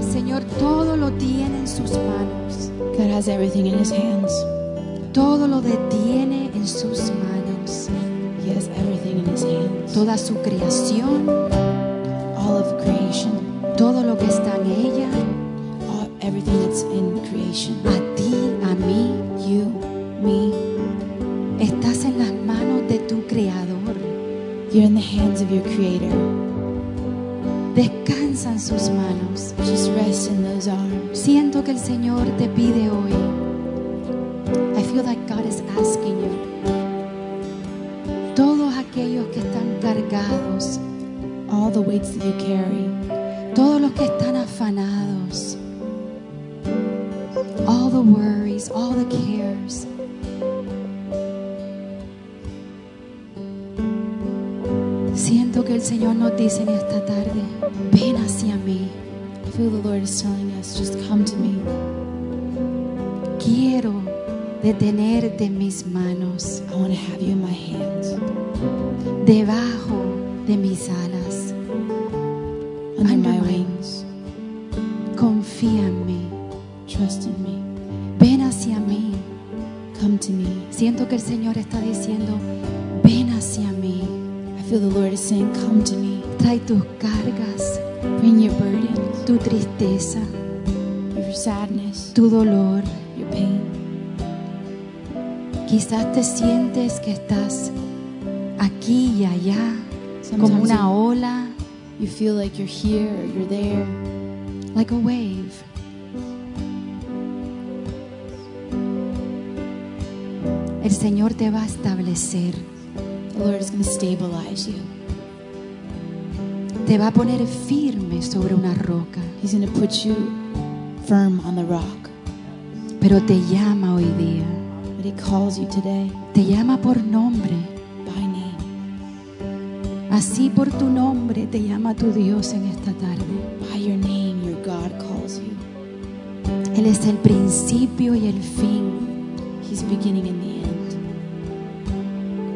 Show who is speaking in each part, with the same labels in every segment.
Speaker 1: Señor todo lo tiene en sus manos.
Speaker 2: God has everything in His hands.
Speaker 1: Todo lo detiene en sus manos.
Speaker 2: He has everything in His hands.
Speaker 1: Toda su creación,
Speaker 2: All of creation,
Speaker 1: todo lo que está en ella,
Speaker 2: all, everything that's in creation.
Speaker 1: a ti, a mí,
Speaker 2: You, me,
Speaker 1: estás en las manos de tu creador.
Speaker 2: you're in the hands of your Creator.
Speaker 1: Descansa en sus manos.
Speaker 2: Just rest in those arms.
Speaker 1: Siento que el Señor te pide hoy. I feel like God is asking you. Todos aquellos que están cargados,
Speaker 2: All the weights that you carry,
Speaker 1: todos los que están afanados, all the worries, all the cares, siento que el Señor nos dice en esta tarde, ven hacia mí,
Speaker 2: I feel the Lord is telling us, just come to me.
Speaker 1: quiero detenerte en mis manos,
Speaker 2: I want to have you in my hands,
Speaker 1: debajo de mis alas,
Speaker 2: under
Speaker 1: Under
Speaker 2: my
Speaker 1: my-
Speaker 2: wings.
Speaker 1: confía en mí,
Speaker 2: Trust in me.
Speaker 1: ven hacia mí,
Speaker 2: Come to me.
Speaker 1: siento que el Señor está diciendo, ven hacia mí.
Speaker 2: I feel the Lord is saying, come to me.
Speaker 1: Trae tus cargas,
Speaker 2: Bring your burdens,
Speaker 1: tu tristeza,
Speaker 2: your sadness,
Speaker 1: tu dolor.
Speaker 2: your pain.
Speaker 1: Quizás te sientes que estás aquí y allá, como
Speaker 2: Sometimes
Speaker 1: una
Speaker 2: you,
Speaker 1: ola,
Speaker 2: you feel like you're here or you're there,
Speaker 1: like a wave. El Señor te va a establecer,
Speaker 2: the Lord is going to stabilize you.
Speaker 1: te va a poner firme sobre una roca,
Speaker 2: He's going to put you firm on the rock.
Speaker 1: pero te llama hoy día,
Speaker 2: But He calls you today
Speaker 1: te llama por nombre,
Speaker 2: by name,
Speaker 1: así por tu nombre te llama tu Dios en esta tarde.
Speaker 2: by your name, your God calls you.
Speaker 1: Él es el principio y el fin
Speaker 2: He's beginning and the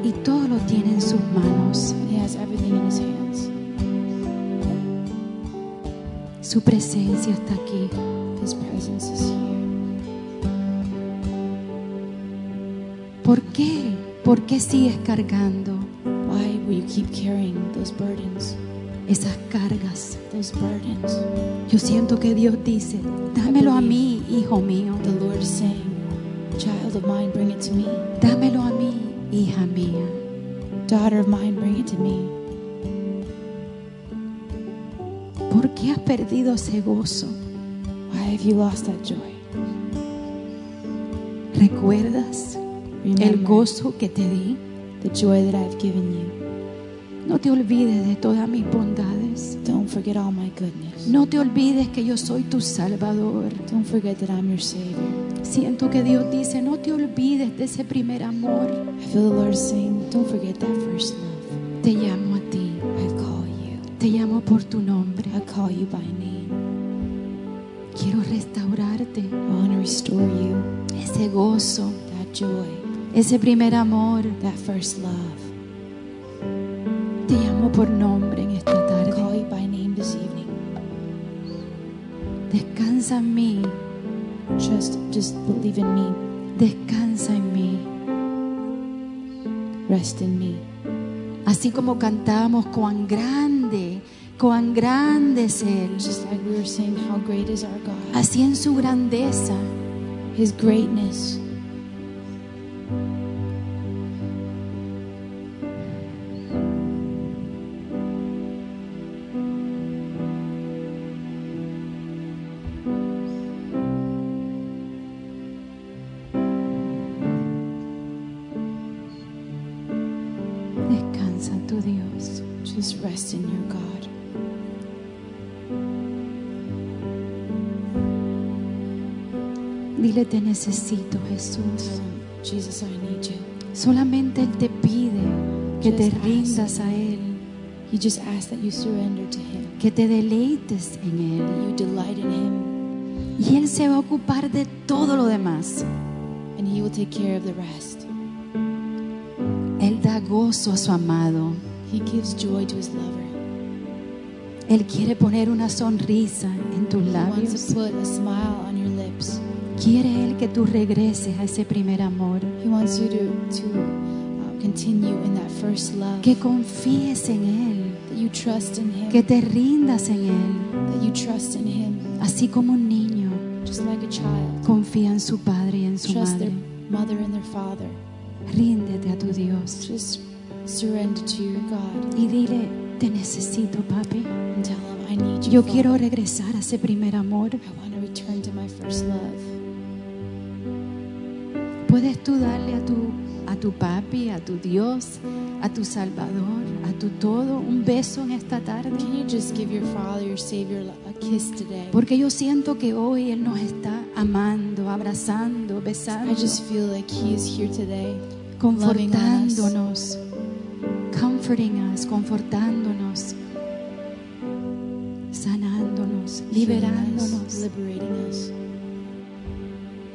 Speaker 2: end.
Speaker 1: y todo lo tiene en sus manos.
Speaker 2: He has everything in His hands.
Speaker 1: Su presencia está aquí.
Speaker 2: His presence is here.
Speaker 1: ¿Por qué? ¿Por qué sigues cargando
Speaker 2: Why will you keep carrying those burdens?
Speaker 1: esas cargas?
Speaker 2: Those burdens.
Speaker 1: Yo siento que Dios dice, dámelo a mí, hijo mío.
Speaker 2: The Lord is saying, Child of mine, bring it to me.
Speaker 1: Dámelo a mí, hija mía.
Speaker 2: Daughter of mine, bring it to me.
Speaker 1: ¿Por qué has perdido ese gozo?
Speaker 2: Why have you lost that joy?
Speaker 1: ¿Recuerdas el
Speaker 2: Remember
Speaker 1: gozo que te di?
Speaker 2: the joy that I've given you.
Speaker 1: No te olvides de todas mis bondades.
Speaker 2: Don't forget all my goodness.
Speaker 1: No te olvides que yo soy tu Salvador.
Speaker 2: Don't forget that I'm your Savior.
Speaker 1: Siento que Dios dice, no te olvides de ese primer amor.
Speaker 2: I feel the Lord saying, Don't forget that first love.
Speaker 1: Te llamo a ti,
Speaker 2: I call you.
Speaker 1: te llamo por tu nombre.
Speaker 2: I call you by name.
Speaker 1: Quiero restaurarte
Speaker 2: I want to restore you.
Speaker 1: ese gozo,
Speaker 2: That joy,
Speaker 1: ese primer amor.
Speaker 2: that first love.
Speaker 1: Te llamo por nombre en esta
Speaker 2: I
Speaker 1: tarde.
Speaker 2: call you by name this evening.
Speaker 1: Descansa en mí,
Speaker 2: Just, just believe in me.
Speaker 1: descansa en mí.
Speaker 2: Rest in me.
Speaker 1: Así como cantamos, cuán grande, cuán grande es Él.
Speaker 2: Just like we were saying, how great is our God.
Speaker 1: Así en su grandeza,
Speaker 2: His greatness.
Speaker 1: descansa en tu Dios.
Speaker 2: Just rest in your God.
Speaker 1: Dile, te necesito, Jesús.
Speaker 2: Um, Jesus, I need you.
Speaker 1: Solamente Él te pide que te
Speaker 2: Just ask.
Speaker 1: rindas a Él,
Speaker 2: He just asks that you surrender to Him,
Speaker 1: que te deleites en
Speaker 2: that
Speaker 1: Él.
Speaker 2: you delight in Him,
Speaker 1: Y Él se va a ocupar de todo lo demás.
Speaker 2: and He will take care of the rest.
Speaker 1: Él da gozo a su amado.
Speaker 2: He gives joy to His lover.
Speaker 1: Él quiere poner una sonrisa en tus
Speaker 2: He wants
Speaker 1: labios.
Speaker 2: to put a smile on your lips.
Speaker 1: Quiere Él que tú regreses a ese primer amor.
Speaker 2: He wants you to, to um, continue in that first love.
Speaker 1: Que confíes en Él.
Speaker 2: that you trust in Him.
Speaker 1: Que te rindas en Él.
Speaker 2: that you trust in Him.
Speaker 1: Así como un niño
Speaker 2: Just like a child.
Speaker 1: confía en su padre y en su
Speaker 2: Trust
Speaker 1: madre.
Speaker 2: their mother and their father.
Speaker 1: Ríndete a tu Dios.
Speaker 2: Just surrender to your God
Speaker 1: Y dile, te necesito, papi.
Speaker 2: and tell Him, I need you.
Speaker 1: Yo
Speaker 2: Father.
Speaker 1: quiero regresar a ese primer amor.
Speaker 2: I want to return to my first love.
Speaker 1: Puedes tú darle a tu, a tu papi, a tu Dios, a tu Salvador, a tu todo un beso en esta tarde.
Speaker 2: Can you just give your Father, your Savior, lo- a kiss today?
Speaker 1: Porque yo siento que hoy Él nos está amando, abrazando, besando,
Speaker 2: I just feel like He is here today, loving on us.
Speaker 1: confortándonos, comforting us, confortándonos, sanándonos,
Speaker 2: healing us,
Speaker 1: liberándonos.
Speaker 2: liberating us.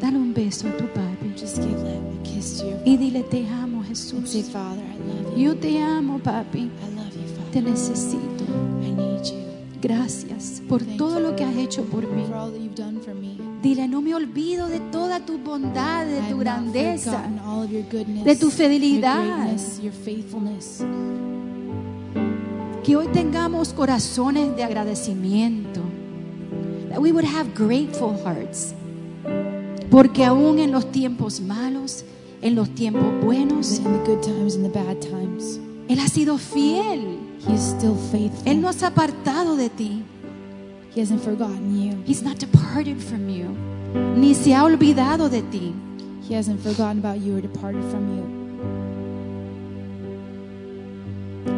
Speaker 1: Dale un beso a tu papi
Speaker 2: Just give like, a kiss to your
Speaker 1: y dile, te amo
Speaker 2: and say,
Speaker 1: Jesús.
Speaker 2: Father, I love you.
Speaker 1: Yo te amo, papi.
Speaker 2: I love you,
Speaker 1: Te
Speaker 2: Father.
Speaker 1: necesito.
Speaker 2: I need you
Speaker 1: Gracias por todo lo que has hecho por mí.
Speaker 2: for all that you've done for me.
Speaker 1: Dile, no me olvido de toda tu bondad, de
Speaker 2: I
Speaker 1: tu
Speaker 2: have not
Speaker 1: grandeza.
Speaker 2: forgotten all of your goodness,
Speaker 1: de tu
Speaker 2: your
Speaker 1: fidelidad.
Speaker 2: greatness, your faithfulness.
Speaker 1: Que hoy tengamos corazones de agradecimiento. That we would have grateful hearts. Porque aún en los tiempos malos, en los tiempos buenos,
Speaker 2: In the good times and the bad times,
Speaker 1: Él ha sido fiel.
Speaker 2: He is still faithful.
Speaker 1: Él no se ha apartado de ti.
Speaker 2: He hasn't forgotten you.
Speaker 1: He's not departed from you. Ni se ha olvidado de ti.
Speaker 2: He hasn't forgotten about you or departed from you.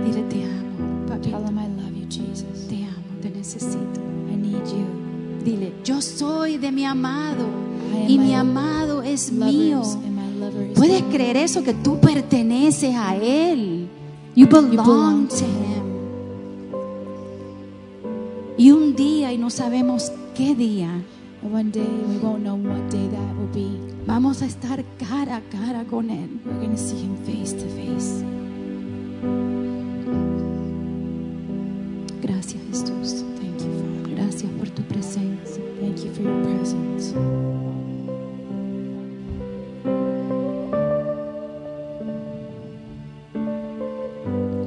Speaker 1: Dile, te amo, papi.
Speaker 2: Tell Him I love you, Jesus.
Speaker 1: Te amo, te necesito.
Speaker 2: I need you.
Speaker 1: Dile, yo soy de mi amado
Speaker 2: I am
Speaker 1: y mi
Speaker 2: my
Speaker 1: amado es mío.
Speaker 2: Lovers and my lover is
Speaker 1: ¿Puedes
Speaker 2: mine.
Speaker 1: creer eso? Que tú perteneces a Él. You belong,
Speaker 2: belong
Speaker 1: to Him. Y un día, y no sabemos qué día,
Speaker 2: And one day we won't know what day that will be.
Speaker 1: vamos a estar cara a cara con Él.
Speaker 2: We're going to see Him face to face.
Speaker 1: Gracias Jesús.
Speaker 2: Thank you, Father.
Speaker 1: Gracias por tu presencia.
Speaker 2: Thank you for your presence.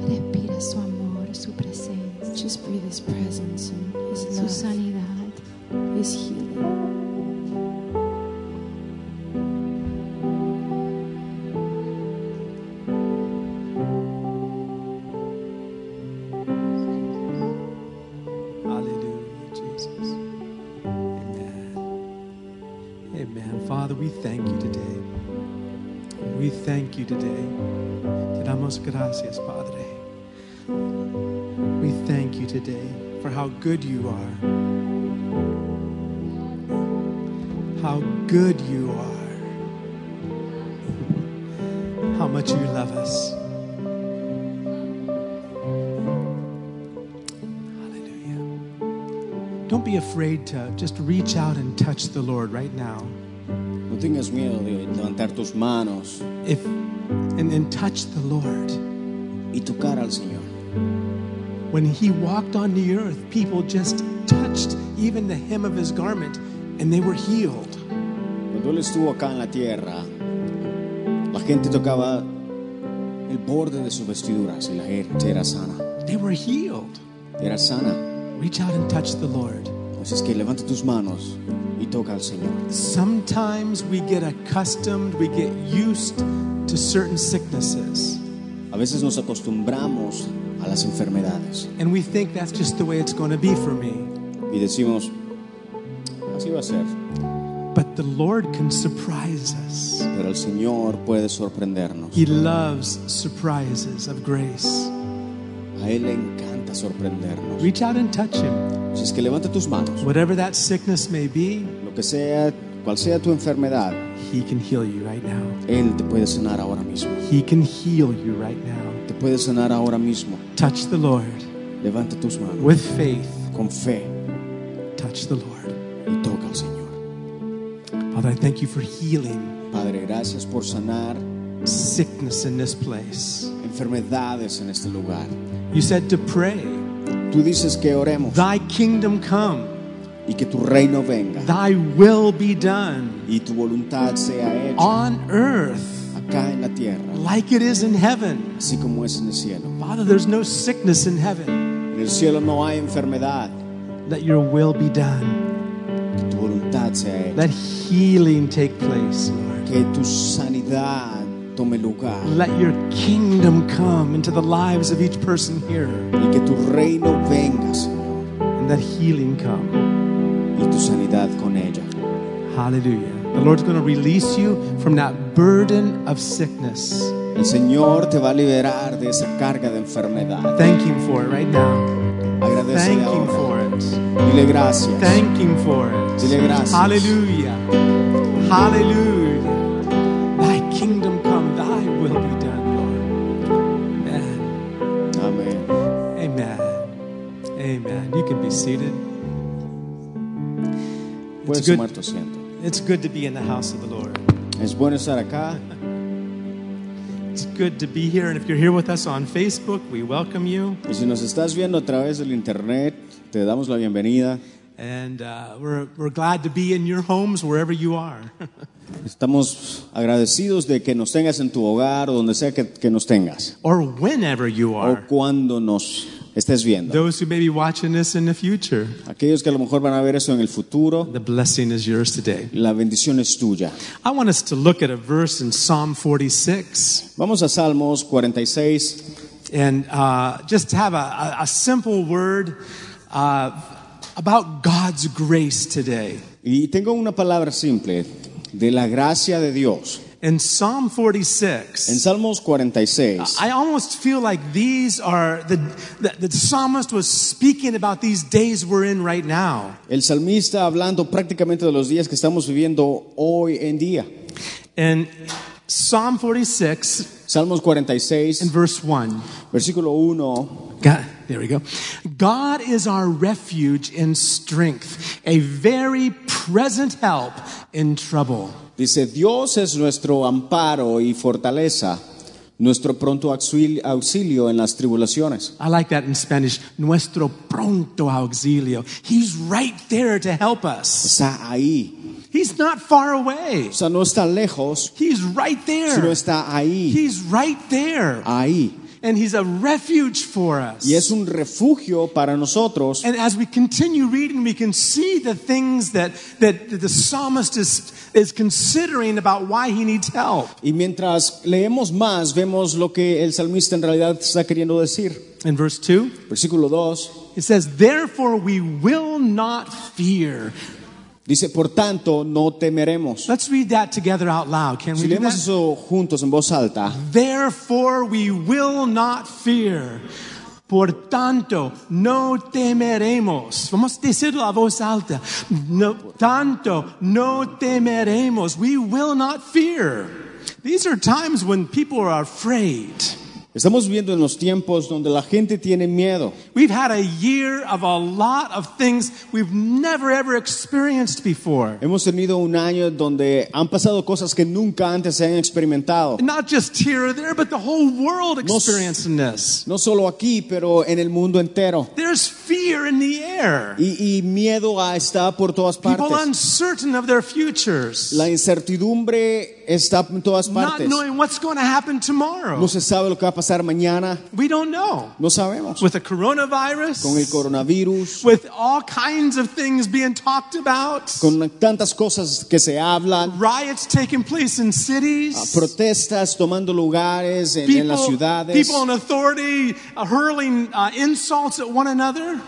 Speaker 1: Respira su amor, su presencia,
Speaker 2: Just breathe His presence and His
Speaker 1: su
Speaker 2: love,
Speaker 1: sanidad.
Speaker 2: His healing.
Speaker 3: Hallelujah, Jesus. Amen. Amen. Father, we thank you today. We thank you today. Te damos gracias, Padre. We thank you today for how good you are. How good you are. How much you love us. Hallelujah. Don't be afraid to just reach out and touch the Lord right now.
Speaker 4: No tengas miedo de levantar tus manos
Speaker 3: If and, and touch the Lord.
Speaker 4: y tocar al Señor.
Speaker 3: When he walked on the earth, people just touched even the hem of his garment and they were healed.
Speaker 4: Cuando Él estuvo acá en la tierra, la gente tocaba el borde de sus vestiduras y la gente era sana.
Speaker 3: They were healed.
Speaker 4: Era sana.
Speaker 3: Reach out and touch the Lord.
Speaker 4: Así es que levanta tus manos y toca al Señor.
Speaker 3: Sometimes we get accustomed, we get used to certain sicknesses,
Speaker 4: A veces nos acostumbramos a las enfermedades
Speaker 3: and we think that's just the way it's going to be for me.
Speaker 4: y decimos, así va a ser.
Speaker 3: But the Lord can surprise us.
Speaker 4: Pero el Señor puede sorprendernos.
Speaker 3: He loves surprises of grace.
Speaker 4: A Él le encanta sorprendernos.
Speaker 3: Reach out and touch him.
Speaker 4: Así es que levanta tus manos.
Speaker 3: Whatever that sickness may be,
Speaker 4: Lo que sea, cual sea tu enfermedad,
Speaker 3: he can heal you right now.
Speaker 4: Él te puede sanar ahora mismo.
Speaker 3: He can heal you right now.
Speaker 4: Te puede sanar ahora mismo.
Speaker 3: Touch the Lord
Speaker 4: Levanta tus manos
Speaker 3: with faith.
Speaker 4: con fe
Speaker 3: Touch the Lord.
Speaker 4: y toca al Señor.
Speaker 3: Father, I thank you for healing
Speaker 4: Padre, gracias por sanar
Speaker 3: sickness in this place.
Speaker 4: enfermedades en este lugar.
Speaker 3: You said to pray
Speaker 4: Tú dices que oremos
Speaker 3: Thy kingdom come,
Speaker 4: y que tu reino venga
Speaker 3: thy will be done
Speaker 4: y tu voluntad sea hecha
Speaker 3: on earth
Speaker 4: acá en la tierra,
Speaker 3: like it is in heaven.
Speaker 4: así como es en el cielo.
Speaker 3: Father, there's no sickness in heaven.
Speaker 4: En el cielo no hay enfermedad,
Speaker 3: Let your will be done.
Speaker 4: que tu voluntad sea hecha,
Speaker 3: Let healing take place, Lord.
Speaker 4: que tu sanidad tome lugar
Speaker 3: Let your kingdom come into the lives of each person here
Speaker 4: y que tu reino venga, Señor,
Speaker 3: and let healing come.
Speaker 4: y tu sanidad con ella.
Speaker 3: Hallelujah. The Lord's going to release you from that burden of sickness.
Speaker 4: El Señor te va a liberar de esa carga de enfermedad.
Speaker 3: Thank Him for it right now. Thank
Speaker 4: Agradecele
Speaker 3: Him
Speaker 4: ahora.
Speaker 3: for it.
Speaker 4: Dile gracias.
Speaker 3: Thank Him for it.
Speaker 4: Dile gracias.
Speaker 3: Hallelujah. Hallelujah. Thy kingdom come, thy will be done, Lord. Amen.
Speaker 4: Amén.
Speaker 3: Amen. Amen. You can be seated.
Speaker 4: Puedes
Speaker 3: good.
Speaker 4: tomar tu asiento.
Speaker 3: It's good to be in the house of the Lord.
Speaker 4: Es bueno estar acá.
Speaker 3: It's good to be here. And if you're here with us on Facebook, we welcome you.
Speaker 4: Y si nos estás viendo a través del internet, te damos la bienvenida.
Speaker 3: And uh, we're, we're glad to be in your homes wherever you are.
Speaker 4: Estamos agradecidos de que nos tengas en tu hogar o donde sea que, que nos tengas.
Speaker 3: or whenever you
Speaker 4: O
Speaker 3: are.
Speaker 4: cuando nos estés viendo.
Speaker 3: Those who may be watching this in the future,
Speaker 4: Aquellos que a lo mejor van a ver eso en el futuro,
Speaker 3: the blessing is yours today.
Speaker 4: la bendición es tuya.
Speaker 3: I want us to look at a verse in Psalm 46
Speaker 4: Vamos a Salmos 46.
Speaker 3: and uh, just have a, a, a simple word uh, about God's grace today.
Speaker 4: Y tengo una palabra simple, de la gracia de Dios.
Speaker 3: In Psalm
Speaker 4: En
Speaker 3: 46,
Speaker 4: Salmos 46.
Speaker 3: I almost feel like these are the, the, the psalmist was speaking about these days we're in right now.
Speaker 4: El salmista hablando prácticamente de los días que estamos viviendo hoy en día.
Speaker 3: In Psalm 46
Speaker 4: Salmos
Speaker 3: and
Speaker 4: 46,
Speaker 3: verse 1.
Speaker 4: versículo 1.
Speaker 3: God, there we go. God is our refuge and strength, a very present help in trouble.
Speaker 4: Dice, Dios es nuestro amparo y fortaleza, nuestro pronto auxil- auxilio en las tribulaciones.
Speaker 3: I like that in Spanish. Nuestro pronto auxilio. He's right there to help us.
Speaker 4: Está ahí.
Speaker 3: He's not far away.
Speaker 4: O sea, no está lejos,
Speaker 3: He's right
Speaker 4: sino
Speaker 3: there.
Speaker 4: está ahí.
Speaker 3: He's right there.
Speaker 4: Ahí.
Speaker 3: And he's a refuge for us.
Speaker 4: Y es un refugio para nosotros.
Speaker 3: And as we continue reading, we can see the things that, that the psalmist is, is considering about why he needs help.
Speaker 4: Y mientras leemos más, vemos lo que el salmista en realidad está queriendo decir.
Speaker 3: In verse 2,
Speaker 4: Versículo 2.
Speaker 3: it says, Therefore we will not fear.
Speaker 4: Dice, por tanto, no temeremos.
Speaker 3: Let's read that together out loud. Can
Speaker 4: Si
Speaker 3: we do
Speaker 4: leemos
Speaker 3: that?
Speaker 4: eso juntos en voz alta,
Speaker 3: Therefore we will not fear. Por tanto, no temeremos. Vamos a decirlo a voz alta. No, tanto, no temeremos. We will not fear. These are times when people are afraid.
Speaker 4: estamos viviendo en los tiempos donde la gente tiene miedo.
Speaker 3: We've had a year of a lot of things we've never ever experienced before.
Speaker 4: Hemos tenido un año donde han pasado cosas que nunca antes se han experimentado.
Speaker 3: Not just here or there, but the whole world
Speaker 4: No s-
Speaker 3: experiencing this.
Speaker 4: No solo aquí, pero en el mundo entero.
Speaker 3: There's fear in the air.
Speaker 4: Y, y miedo a- está por todas
Speaker 3: People
Speaker 4: partes.
Speaker 3: uncertain of their futures.
Speaker 4: La incertidumbre está en todas
Speaker 3: Not
Speaker 4: partes.
Speaker 3: knowing what's going to happen tomorrow.
Speaker 4: No se sabe lo que va a pasar mañana.
Speaker 3: We don't know.
Speaker 4: No sabemos.
Speaker 3: With the
Speaker 4: Con el
Speaker 3: coronavirus,
Speaker 4: coronavirus,
Speaker 3: with all kinds of things being talked about,
Speaker 4: con tantas cosas que se hablan,
Speaker 3: riots taking place in
Speaker 4: ah,
Speaker 3: cities,
Speaker 4: protestas tomando lugares en, en las
Speaker 3: people,
Speaker 4: ciudades.
Speaker 3: people in authority uh, hurling uh, insults at one another.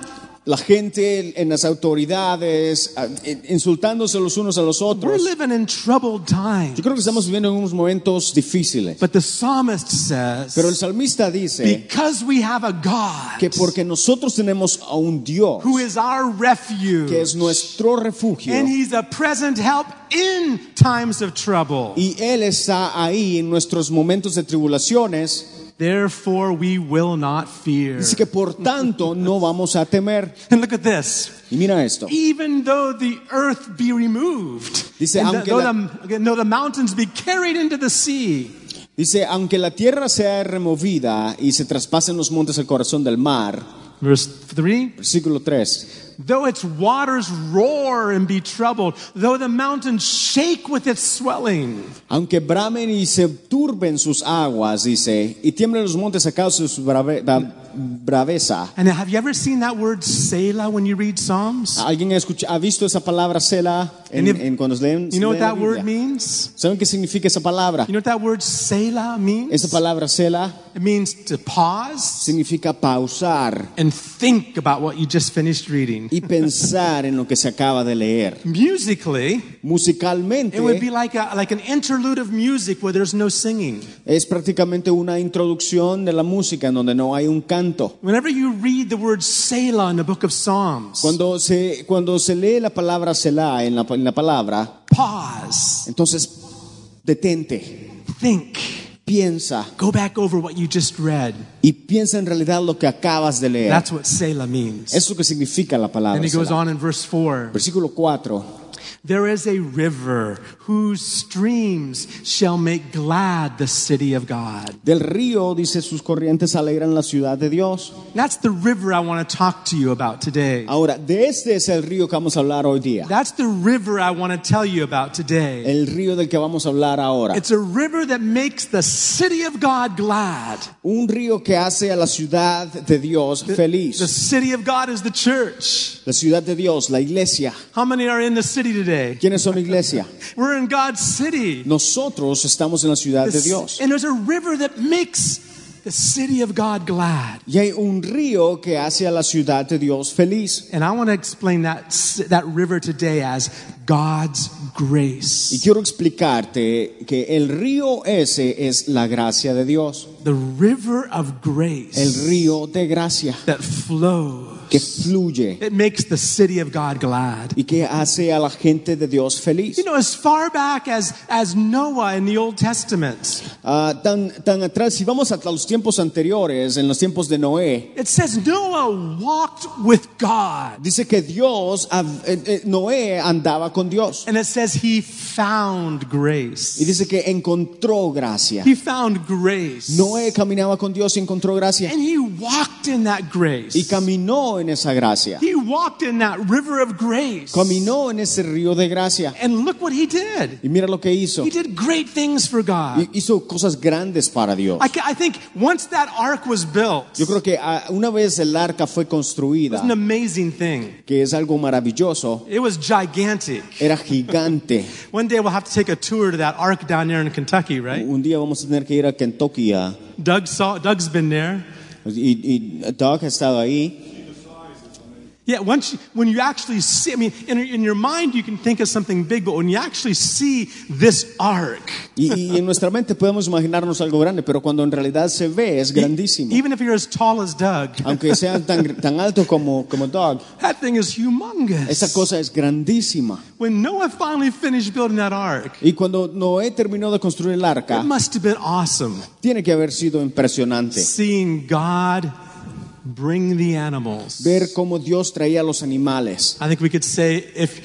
Speaker 4: la gente en las autoridades, ah, eh, insultándose los unos a los
Speaker 3: We're
Speaker 4: otros.
Speaker 3: living in troubled times.
Speaker 4: Yo creo que estamos viviendo en unos momentos difíciles.
Speaker 3: But the psalmist says,
Speaker 4: Pero el salmista dice
Speaker 3: Because we have a God
Speaker 4: que porque nosotros tenemos a un Dios
Speaker 3: who is our refuge,
Speaker 4: que es nuestro refugio
Speaker 3: and He's a present help in times of trouble.
Speaker 4: y Él está ahí en nuestros momentos de tribulaciones,
Speaker 3: Therefore, we will not fear.
Speaker 4: dice que por tanto no vamos a temer.
Speaker 3: And look at this.
Speaker 4: Y mira esto,
Speaker 3: Even though the earth be removed,
Speaker 4: Dice,
Speaker 3: and
Speaker 4: aunque
Speaker 3: though,
Speaker 4: la-
Speaker 3: the, though the mountains be carried into the sea,
Speaker 4: dice, aunque la tierra sea removida y se traspasen los montes al corazón del mar,
Speaker 3: Verse 3
Speaker 4: Versículo 3.
Speaker 3: Though its waters roar and be troubled, though the mountains shake with its swelling.
Speaker 4: Aunque bramen y se turben sus aguas, dice, y tiemblen los montes a causa de su brave- da- braveza.
Speaker 3: And have you ever seen that word Selah when you read Psalms?
Speaker 4: ¿Alguien ha, escucha- ha visto esa palabra Sela en,
Speaker 3: And if-
Speaker 4: en cuando leen?
Speaker 3: You know what
Speaker 4: leen la
Speaker 3: that word
Speaker 4: Biblia?
Speaker 3: means?
Speaker 4: ¿Saben qué significa esa palabra?
Speaker 3: You know what that word Selah means?
Speaker 4: Esa palabra Sela
Speaker 3: It means to pause
Speaker 4: significa pausar
Speaker 3: and think about what you just finished reading.
Speaker 4: y pensar en lo que se acaba de leer.
Speaker 3: Musically,
Speaker 4: Musicalmente
Speaker 3: it would be like, a, like an interlude of music where there's no singing.
Speaker 4: es prácticamente una introducción de la música en donde no hay un canto.
Speaker 3: Whenever you read the word Selah in the book of Psalms,
Speaker 4: Cuando se, cuando se lee la palabra Selah en la, en la palabra,
Speaker 3: pause,
Speaker 4: entonces detente,
Speaker 3: think,
Speaker 4: piensa
Speaker 3: go back over what you just read.
Speaker 4: y piensa en realidad lo que acabas de leer.
Speaker 3: That's what Selah means.
Speaker 4: Eso que significa la
Speaker 3: And
Speaker 4: palabra.
Speaker 3: he goes
Speaker 4: Selah.
Speaker 3: on in verse 4
Speaker 4: Versículo 4.
Speaker 3: There is a river whose streams shall make glad the city of God.
Speaker 4: Del río, dice, sus corrientes alegran la ciudad de Dios.
Speaker 3: That's the river I want to talk to you about today.
Speaker 4: Ahora, de este es el río que vamos a hablar hoy día.
Speaker 3: That's the river I want to tell you about today.
Speaker 4: El río del que vamos a hablar ahora.
Speaker 3: It's a river that makes the city of God glad.
Speaker 4: Un río que hace a la ciudad de Dios
Speaker 3: The
Speaker 4: feliz.
Speaker 3: city of God is the church.
Speaker 4: La ciudad de Dios, la iglesia.
Speaker 3: How many are in the city today?
Speaker 4: ¿Quiénes son iglesia?
Speaker 3: We're in God's city.
Speaker 4: Nosotros estamos en la ciudad de
Speaker 3: This-
Speaker 4: Dios.
Speaker 3: And there's a river that makes the city of God glad.
Speaker 4: Y hay un río que hace a la ciudad de Dios feliz.
Speaker 3: And I want to explain that, s- that river today as God's
Speaker 4: Y
Speaker 3: grace.
Speaker 4: quiero explicarte que el río ese es la gracia de Dios.
Speaker 3: The river of
Speaker 4: El
Speaker 3: grace
Speaker 4: río de gracia
Speaker 3: that flows.
Speaker 4: que fluye
Speaker 3: It makes the city of God glad.
Speaker 4: y que hace a la gente de Dios
Speaker 3: You
Speaker 4: feliz.
Speaker 3: know, as far back as, as Noah in the Old Testament,
Speaker 4: Ah, tan, tan atrás, si vamos a los tiempos anteriores, en los tiempos de Noé,
Speaker 3: it says Noah walked with God.
Speaker 4: dice que Dios, hab- eh, eh, Noé andaba con Dios.
Speaker 3: And it says he found
Speaker 4: Y
Speaker 3: grace.
Speaker 4: dice que encontró gracia.
Speaker 3: He found grace.
Speaker 4: Noé caminaba con Dios y encontró gracia.
Speaker 3: And he walked in that grace.
Speaker 4: Y caminó en esa gracia.
Speaker 3: He walked in that river of grace.
Speaker 4: Caminó en ese río de gracia.
Speaker 3: And look what he did.
Speaker 4: Y mira lo que hizo.
Speaker 3: He did great things for God.
Speaker 4: Y- Hizo cosas grandes para Dios.
Speaker 3: I, ca- I think once that ark was built,
Speaker 4: Yo
Speaker 3: it
Speaker 4: creo que ah, una vez el arca fue
Speaker 3: was
Speaker 4: construida,
Speaker 3: an amazing thing.
Speaker 4: que es algo maravilloso,
Speaker 3: It was gigantic.
Speaker 4: era gigante.
Speaker 3: One day we'll have to take a tour to that ark down there in Kentucky, right?
Speaker 4: Un día vamos a tener que ir a Kentucky a-
Speaker 3: Doug saw, Doug's been there.
Speaker 4: y, y Doug ha estado ahí.
Speaker 3: Yeah, once you, when you actually see, I mean, in, in your mind you can think of something big, but when you actually see this ark, e-,
Speaker 4: Y, y en nuestra mente podemos imaginarnos algo grande, pero cuando en realidad se ve es grandísimo.
Speaker 3: even if you're as tall as Doug,
Speaker 4: Aunque sea tan, tan alto como, como Doug,
Speaker 3: that thing is humongous.
Speaker 4: esa cosa es grandísima.
Speaker 3: When Noah finally finished building that ark,
Speaker 4: Y cuando Noé terminó de construir el
Speaker 3: it
Speaker 4: arca,
Speaker 3: must have been awesome
Speaker 4: tiene que haber sido impresionante.
Speaker 3: seeing God bring the animals.
Speaker 4: ver cómo Dios traía a los animales.
Speaker 3: I think we could say if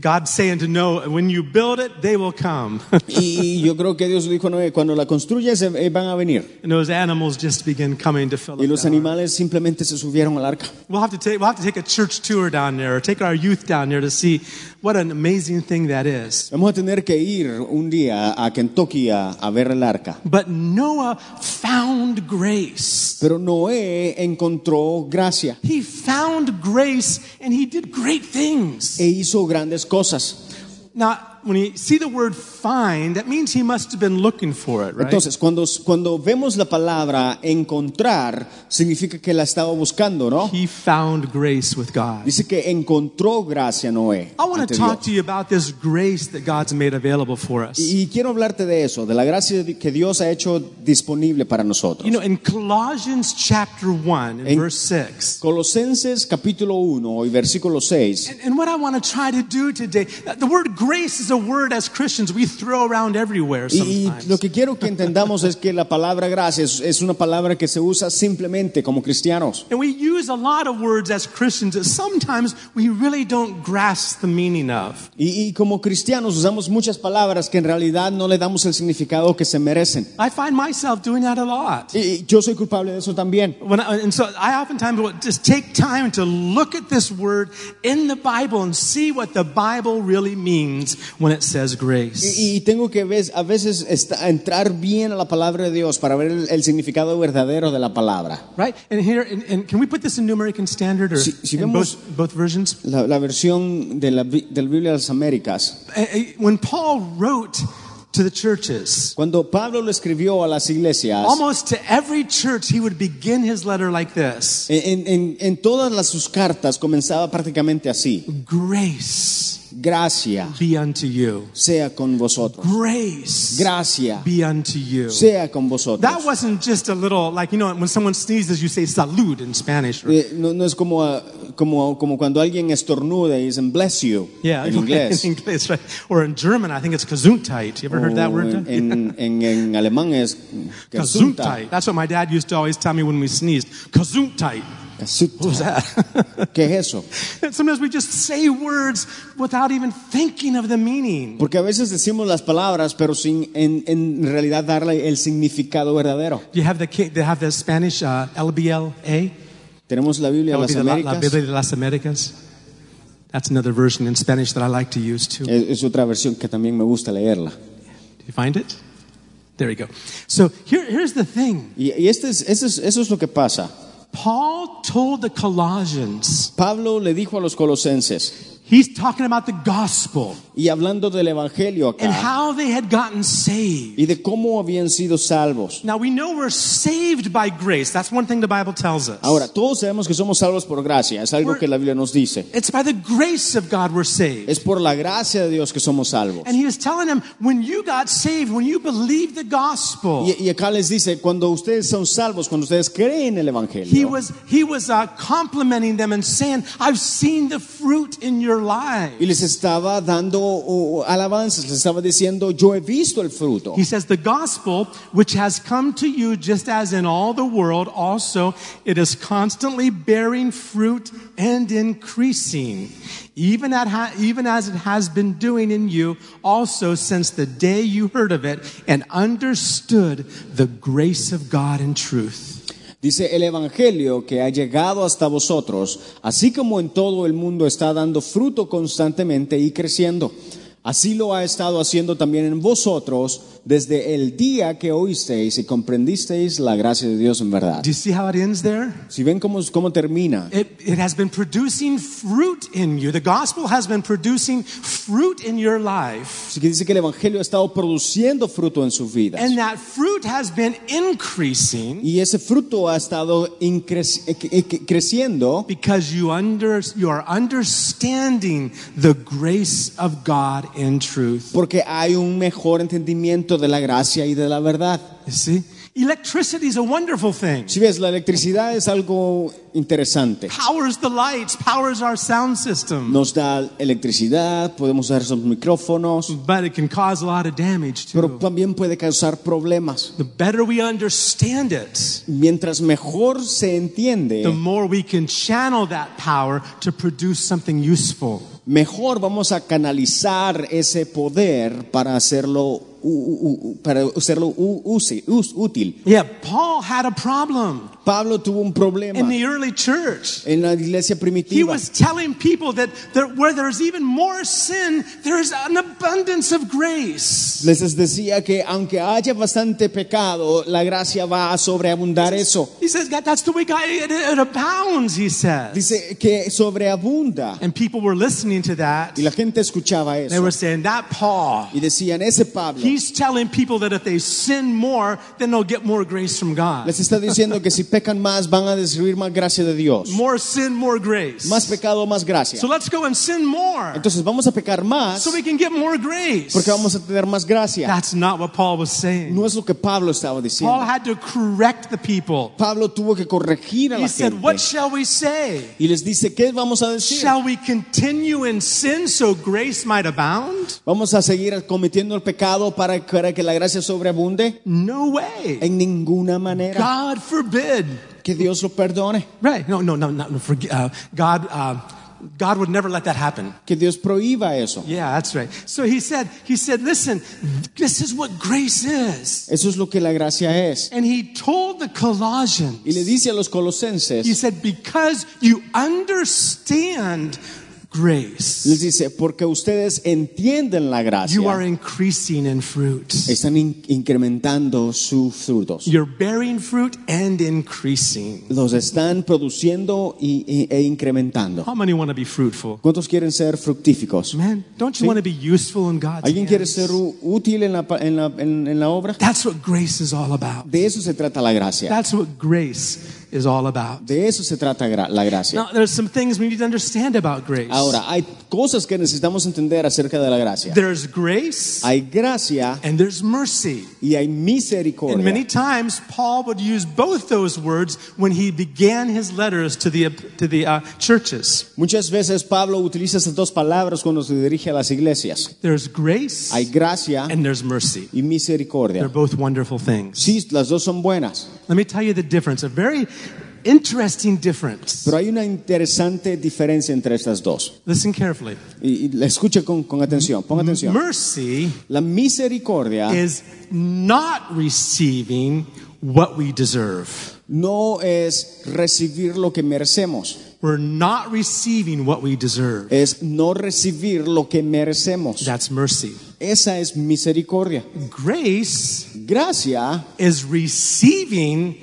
Speaker 3: God's saying to Noah, when you build it, they will come.
Speaker 4: Y yo creo que Dios le dijo a Noé, cuando la construyes eh, eh, van a venir.
Speaker 3: and those animals just begin coming to fill up.
Speaker 4: Y los
Speaker 3: that ark.
Speaker 4: animales simplemente se subieron al arca.
Speaker 3: We'll have to take we'll have to take a church tour down there or take our youth down there to see what an amazing thing that is.
Speaker 4: Vamos a tener que ir un día a Kentucky a, a ver el arca.
Speaker 3: But Noah found grace.
Speaker 4: Pero Noé encontró gracia
Speaker 3: He found grace and he did great things.
Speaker 4: e hizo grandes cosas.
Speaker 3: Now, when you see the word find, that means he must have been looking for it, right?
Speaker 4: Entonces, cuando, cuando vemos la palabra encontrar, significa que la estaba buscando, ¿no?
Speaker 3: He found grace with God.
Speaker 4: Dice que encontró gracia Noé.
Speaker 3: I want
Speaker 4: ante
Speaker 3: to talk
Speaker 4: Dios.
Speaker 3: to you about this grace that God's made available for us.
Speaker 4: Y, y quiero hablarte de eso, de la gracia que Dios ha hecho disponible para nosotros.
Speaker 3: You know, in Colossians chapter 1 and
Speaker 4: En-
Speaker 3: verse 6.
Speaker 4: Colosenses capítulo 1 y versículo 6.
Speaker 3: And, and what I want to try to do today, uh, the word grace is is a word as Christians we throw around everywhere
Speaker 4: Y, y
Speaker 3: sometimes.
Speaker 4: lo que quiero que entendamos es que la palabra gracia es, es una palabra que se usa simplemente como cristianos.
Speaker 3: And we use a lot of words as Christians that sometimes we really don't grasp the meaning of.
Speaker 4: Y, y como cristianos usamos muchas palabras que en realidad no le damos el significado que se merecen.
Speaker 3: I find myself doing that a lot.
Speaker 4: Y, y yo soy culpable de eso también.
Speaker 3: When I, and so I oftentimes will just take time to look at this word in the Bible and see what the Bible really means when it says grace.
Speaker 4: Y, y tengo que ves- a veces esta- entrar bien a la palabra de Dios para ver el, el significado verdadero de la palabra.
Speaker 3: Right? And here, and, and can we put this in New American Standard or
Speaker 4: Si- si
Speaker 3: in
Speaker 4: vemos-
Speaker 3: both, both versions?
Speaker 4: La, la versión de la, Bi- de la Biblia de las Américas.
Speaker 3: Eh, eh, When Paul wrote to the churches,
Speaker 4: Cuando Pablo lo escribió a las iglesias,
Speaker 3: almost to every church, he would begin his letter like this
Speaker 4: en, en- en todas las, sus cartas comenzaba prácticamente así.
Speaker 3: Grace
Speaker 4: Gracia
Speaker 3: be unto you.
Speaker 4: sea con vosotros.
Speaker 3: Grace
Speaker 4: Gracia
Speaker 3: be unto you.
Speaker 4: sea con vosotros.
Speaker 3: That wasn't just a little, like, you know, when someone sneezes, you say salud in Spanish. Or,
Speaker 4: Eh, no, no es como, ah, como, como cuando alguien estornuda y dicen bless you
Speaker 3: yeah,
Speaker 4: en inglés.
Speaker 3: in English, right? Or in German, I think it's Gesundheit. You ever heard that
Speaker 4: O
Speaker 3: word?
Speaker 4: en, en, en- en alemán es
Speaker 3: Gesundheit. That's what my dad used to always tell me when we sneezed. Gesundheit. What was
Speaker 4: Gesundheit.
Speaker 3: that?
Speaker 4: ¿Qué es eso?
Speaker 3: And sometimes we just say words without even thinking of the meaning.
Speaker 4: Porque a veces decimos las palabras, pero sin en, en realidad darle el significado verdadero.
Speaker 3: You have the ki- they have the Spanish uh, LBLA.
Speaker 4: Tenemos la Biblia
Speaker 3: That
Speaker 4: de
Speaker 3: would be the La,
Speaker 4: las
Speaker 3: La
Speaker 4: Américas.
Speaker 3: Biblia de las Americas. That's another version in Spanish that I like to use too. Do
Speaker 4: Es, es otra versión que también me gusta leerla.
Speaker 3: you find it? There we go. So here, here's the thing.
Speaker 4: Y, y este es- este es- eso es lo que pasa.
Speaker 3: Paul told the Colossians.
Speaker 4: Pablo le dijo a los colosenses,
Speaker 3: He's talking about the gospel
Speaker 4: y hablando del Evangelio
Speaker 3: and
Speaker 4: acá,
Speaker 3: how they had gotten saved.
Speaker 4: y de cómo habían sido salvos.
Speaker 3: Now we know we're saved by grace. That's one thing the Bible tells us.
Speaker 4: Ahora, todos sabemos que somos salvos por gracia, es algo que la Biblia nos dice.
Speaker 3: It's by the grace of God we're saved.
Speaker 4: Es por la gracia de Dios que somos salvos.
Speaker 3: And he was telling them, when you got saved, when you believed the gospel,
Speaker 4: Y, y acá les dice, cuando ustedes son salvos, cuando ustedes creen el
Speaker 3: he
Speaker 4: Evangelio.
Speaker 3: was he was uh, complimenting them and saying, "I've seen the fruit in your life."
Speaker 4: Y les estaba dando o, o, alabanzas, les estaba diciendo, yo he visto el fruto.
Speaker 3: He says, "The gospel which has come to you, just as in all the world, also it is constantly bearing fruit and increasing, even at ha- even as it has been doing in you, also since the day you heard of it and understood the grace of God in truth."
Speaker 4: Dice, el Evangelio que ha llegado hasta vosotros, así como en todo el mundo está dando fruto constantemente y creciendo. Así lo ha estado haciendo también en vosotros desde el día que oísteis y comprendisteis la gracia de Dios en verdad.
Speaker 3: Do you see how it ends there?
Speaker 4: Si ven cómo, cómo termina,
Speaker 3: It, it has been producing fruit in you. The gospel has been producing fruit in your life.
Speaker 4: Así que dice que el Evangelio ha estado produciendo fruto en sus vidas.
Speaker 3: And that fruit has been increasing
Speaker 4: Y ese fruto ha estado incre- eh, eh, eh, creciendo
Speaker 3: because you, under, you are understanding the grace of God in truth.
Speaker 4: porque hay un mejor entendimiento de la gracia y de la verdad.
Speaker 3: You see? Electricity is a wonderful thing.
Speaker 4: Si ves, la electricidad es algo interesante.
Speaker 3: Powers the lights, powers our sound system.
Speaker 4: Nos da electricidad, podemos usar esos micrófonos,
Speaker 3: But it can cause a lot of damage
Speaker 4: pero
Speaker 3: too.
Speaker 4: también puede causar problemas.
Speaker 3: The better we understand it,
Speaker 4: Mientras mejor se
Speaker 3: the
Speaker 4: entiende,
Speaker 3: more we can channel that power to produce something useful.
Speaker 4: mejor vamos a canalizar ese poder para hacerlo, u- u- u- para hacerlo u- usi- us- útil.
Speaker 3: Yeah, Paul had a problem
Speaker 4: Pablo tuvo un
Speaker 3: in
Speaker 4: problema
Speaker 3: the early church.
Speaker 4: en la iglesia
Speaker 3: He
Speaker 4: primitiva.
Speaker 3: was telling people that there, where there's even more sin, there's an abundance of grace.
Speaker 4: Les decía que aunque haya bastante pecado, la gracia va a sobreabundar eso.
Speaker 3: He says that that's the way God it, it abounds. He says,
Speaker 4: Dice que sobreabunda.
Speaker 3: and people were listening to that.
Speaker 4: Y la gente escuchaba
Speaker 3: They
Speaker 4: eso.
Speaker 3: were saying that Paul,
Speaker 4: Y decían, ese Pablo,
Speaker 3: He's telling people that if they sin more, then they'll get more grace from God.
Speaker 4: Les está diciendo que si pecan más van a recibir más gracia de Dios.
Speaker 3: More sin, more grace.
Speaker 4: Más pecado, más gracia.
Speaker 3: So let's go and sin more
Speaker 4: Entonces vamos a pecar más
Speaker 3: so we can get more grace.
Speaker 4: porque vamos a tener más gracia.
Speaker 3: That's not what Paul was saying.
Speaker 4: No es lo que Pablo estaba diciendo.
Speaker 3: Paul had to correct the people.
Speaker 4: Pablo tuvo que corregir a
Speaker 3: He
Speaker 4: la
Speaker 3: said,
Speaker 4: gente
Speaker 3: What shall we say?
Speaker 4: y les dice, ¿qué vamos a decir?
Speaker 3: Shall we continue in sin so grace might abound?
Speaker 4: ¿Vamos a seguir cometiendo el pecado para, para que la gracia sobreabunde?
Speaker 3: No way.
Speaker 4: En ninguna manera.
Speaker 3: God forbid.
Speaker 4: Que Dios lo perdone.
Speaker 3: Right. No, no, no, no. no forg- uh, God, uh, God would never let that happen.
Speaker 4: Que Dios prohíba eso.
Speaker 3: Yeah, that's right. So he said, he said, listen, this is what grace is.
Speaker 4: Eso es lo que la gracia es.
Speaker 3: And he told the Colossians,
Speaker 4: Y le dice a los
Speaker 3: he
Speaker 4: colosenses,
Speaker 3: said, because you understand grace,
Speaker 4: les dice, porque ustedes entienden la
Speaker 3: you are
Speaker 4: gracia,
Speaker 3: increasing in fruit.
Speaker 4: están in- incrementando sus frutos.
Speaker 3: You're bearing fruit and increasing.
Speaker 4: Los están produciendo y- y- e incrementando.
Speaker 3: How many want to be fruitful?
Speaker 4: ¿Cuántos quieren ser fructíficos?
Speaker 3: Man, don't you
Speaker 4: Sí.
Speaker 3: want to be useful in God's
Speaker 4: ¿Alguien quiere
Speaker 3: hands?
Speaker 4: ser u- útil en la, pa- en la- en- en la obra?
Speaker 3: That's what grace is all about.
Speaker 4: De eso se trata la gracia.
Speaker 3: That's what grace is all about.
Speaker 4: De eso se trata gra- la gracia.
Speaker 3: Now, there's some things we need to understand about grace.
Speaker 4: Ahora, hay cosas que necesitamos entender acerca de la gracia.
Speaker 3: There's grace
Speaker 4: Hay gracia
Speaker 3: and there's mercy.
Speaker 4: y hay
Speaker 3: And many
Speaker 4: misericordia.
Speaker 3: times, Paul would use both those words when he began his letters to the, to the uh, churches.
Speaker 4: Muchas veces Pablo utiliza estas dos palabras cuando se dirige a las iglesias.
Speaker 3: There's grace
Speaker 4: Hay gracia
Speaker 3: and there's mercy.
Speaker 4: y
Speaker 3: They're
Speaker 4: misericordia.
Speaker 3: both wonderful things.
Speaker 4: Sí, las dos son buenas,
Speaker 3: Let me tell you the difference, a very interesting difference.
Speaker 4: pero hay una interesante diferencia entre estas dos.
Speaker 3: Listen carefully.
Speaker 4: Y, y la escucha con, con atención, ponga atención.
Speaker 3: Mercy
Speaker 4: La misericordia
Speaker 3: is not receiving what we deserve.
Speaker 4: no es recibir lo que merecemos,
Speaker 3: We're not receiving what we deserve.
Speaker 4: es no recibir lo que merecemos.
Speaker 3: That's mercy.
Speaker 4: Esa es misericordia.
Speaker 3: Grace
Speaker 4: Gracia
Speaker 3: is receiving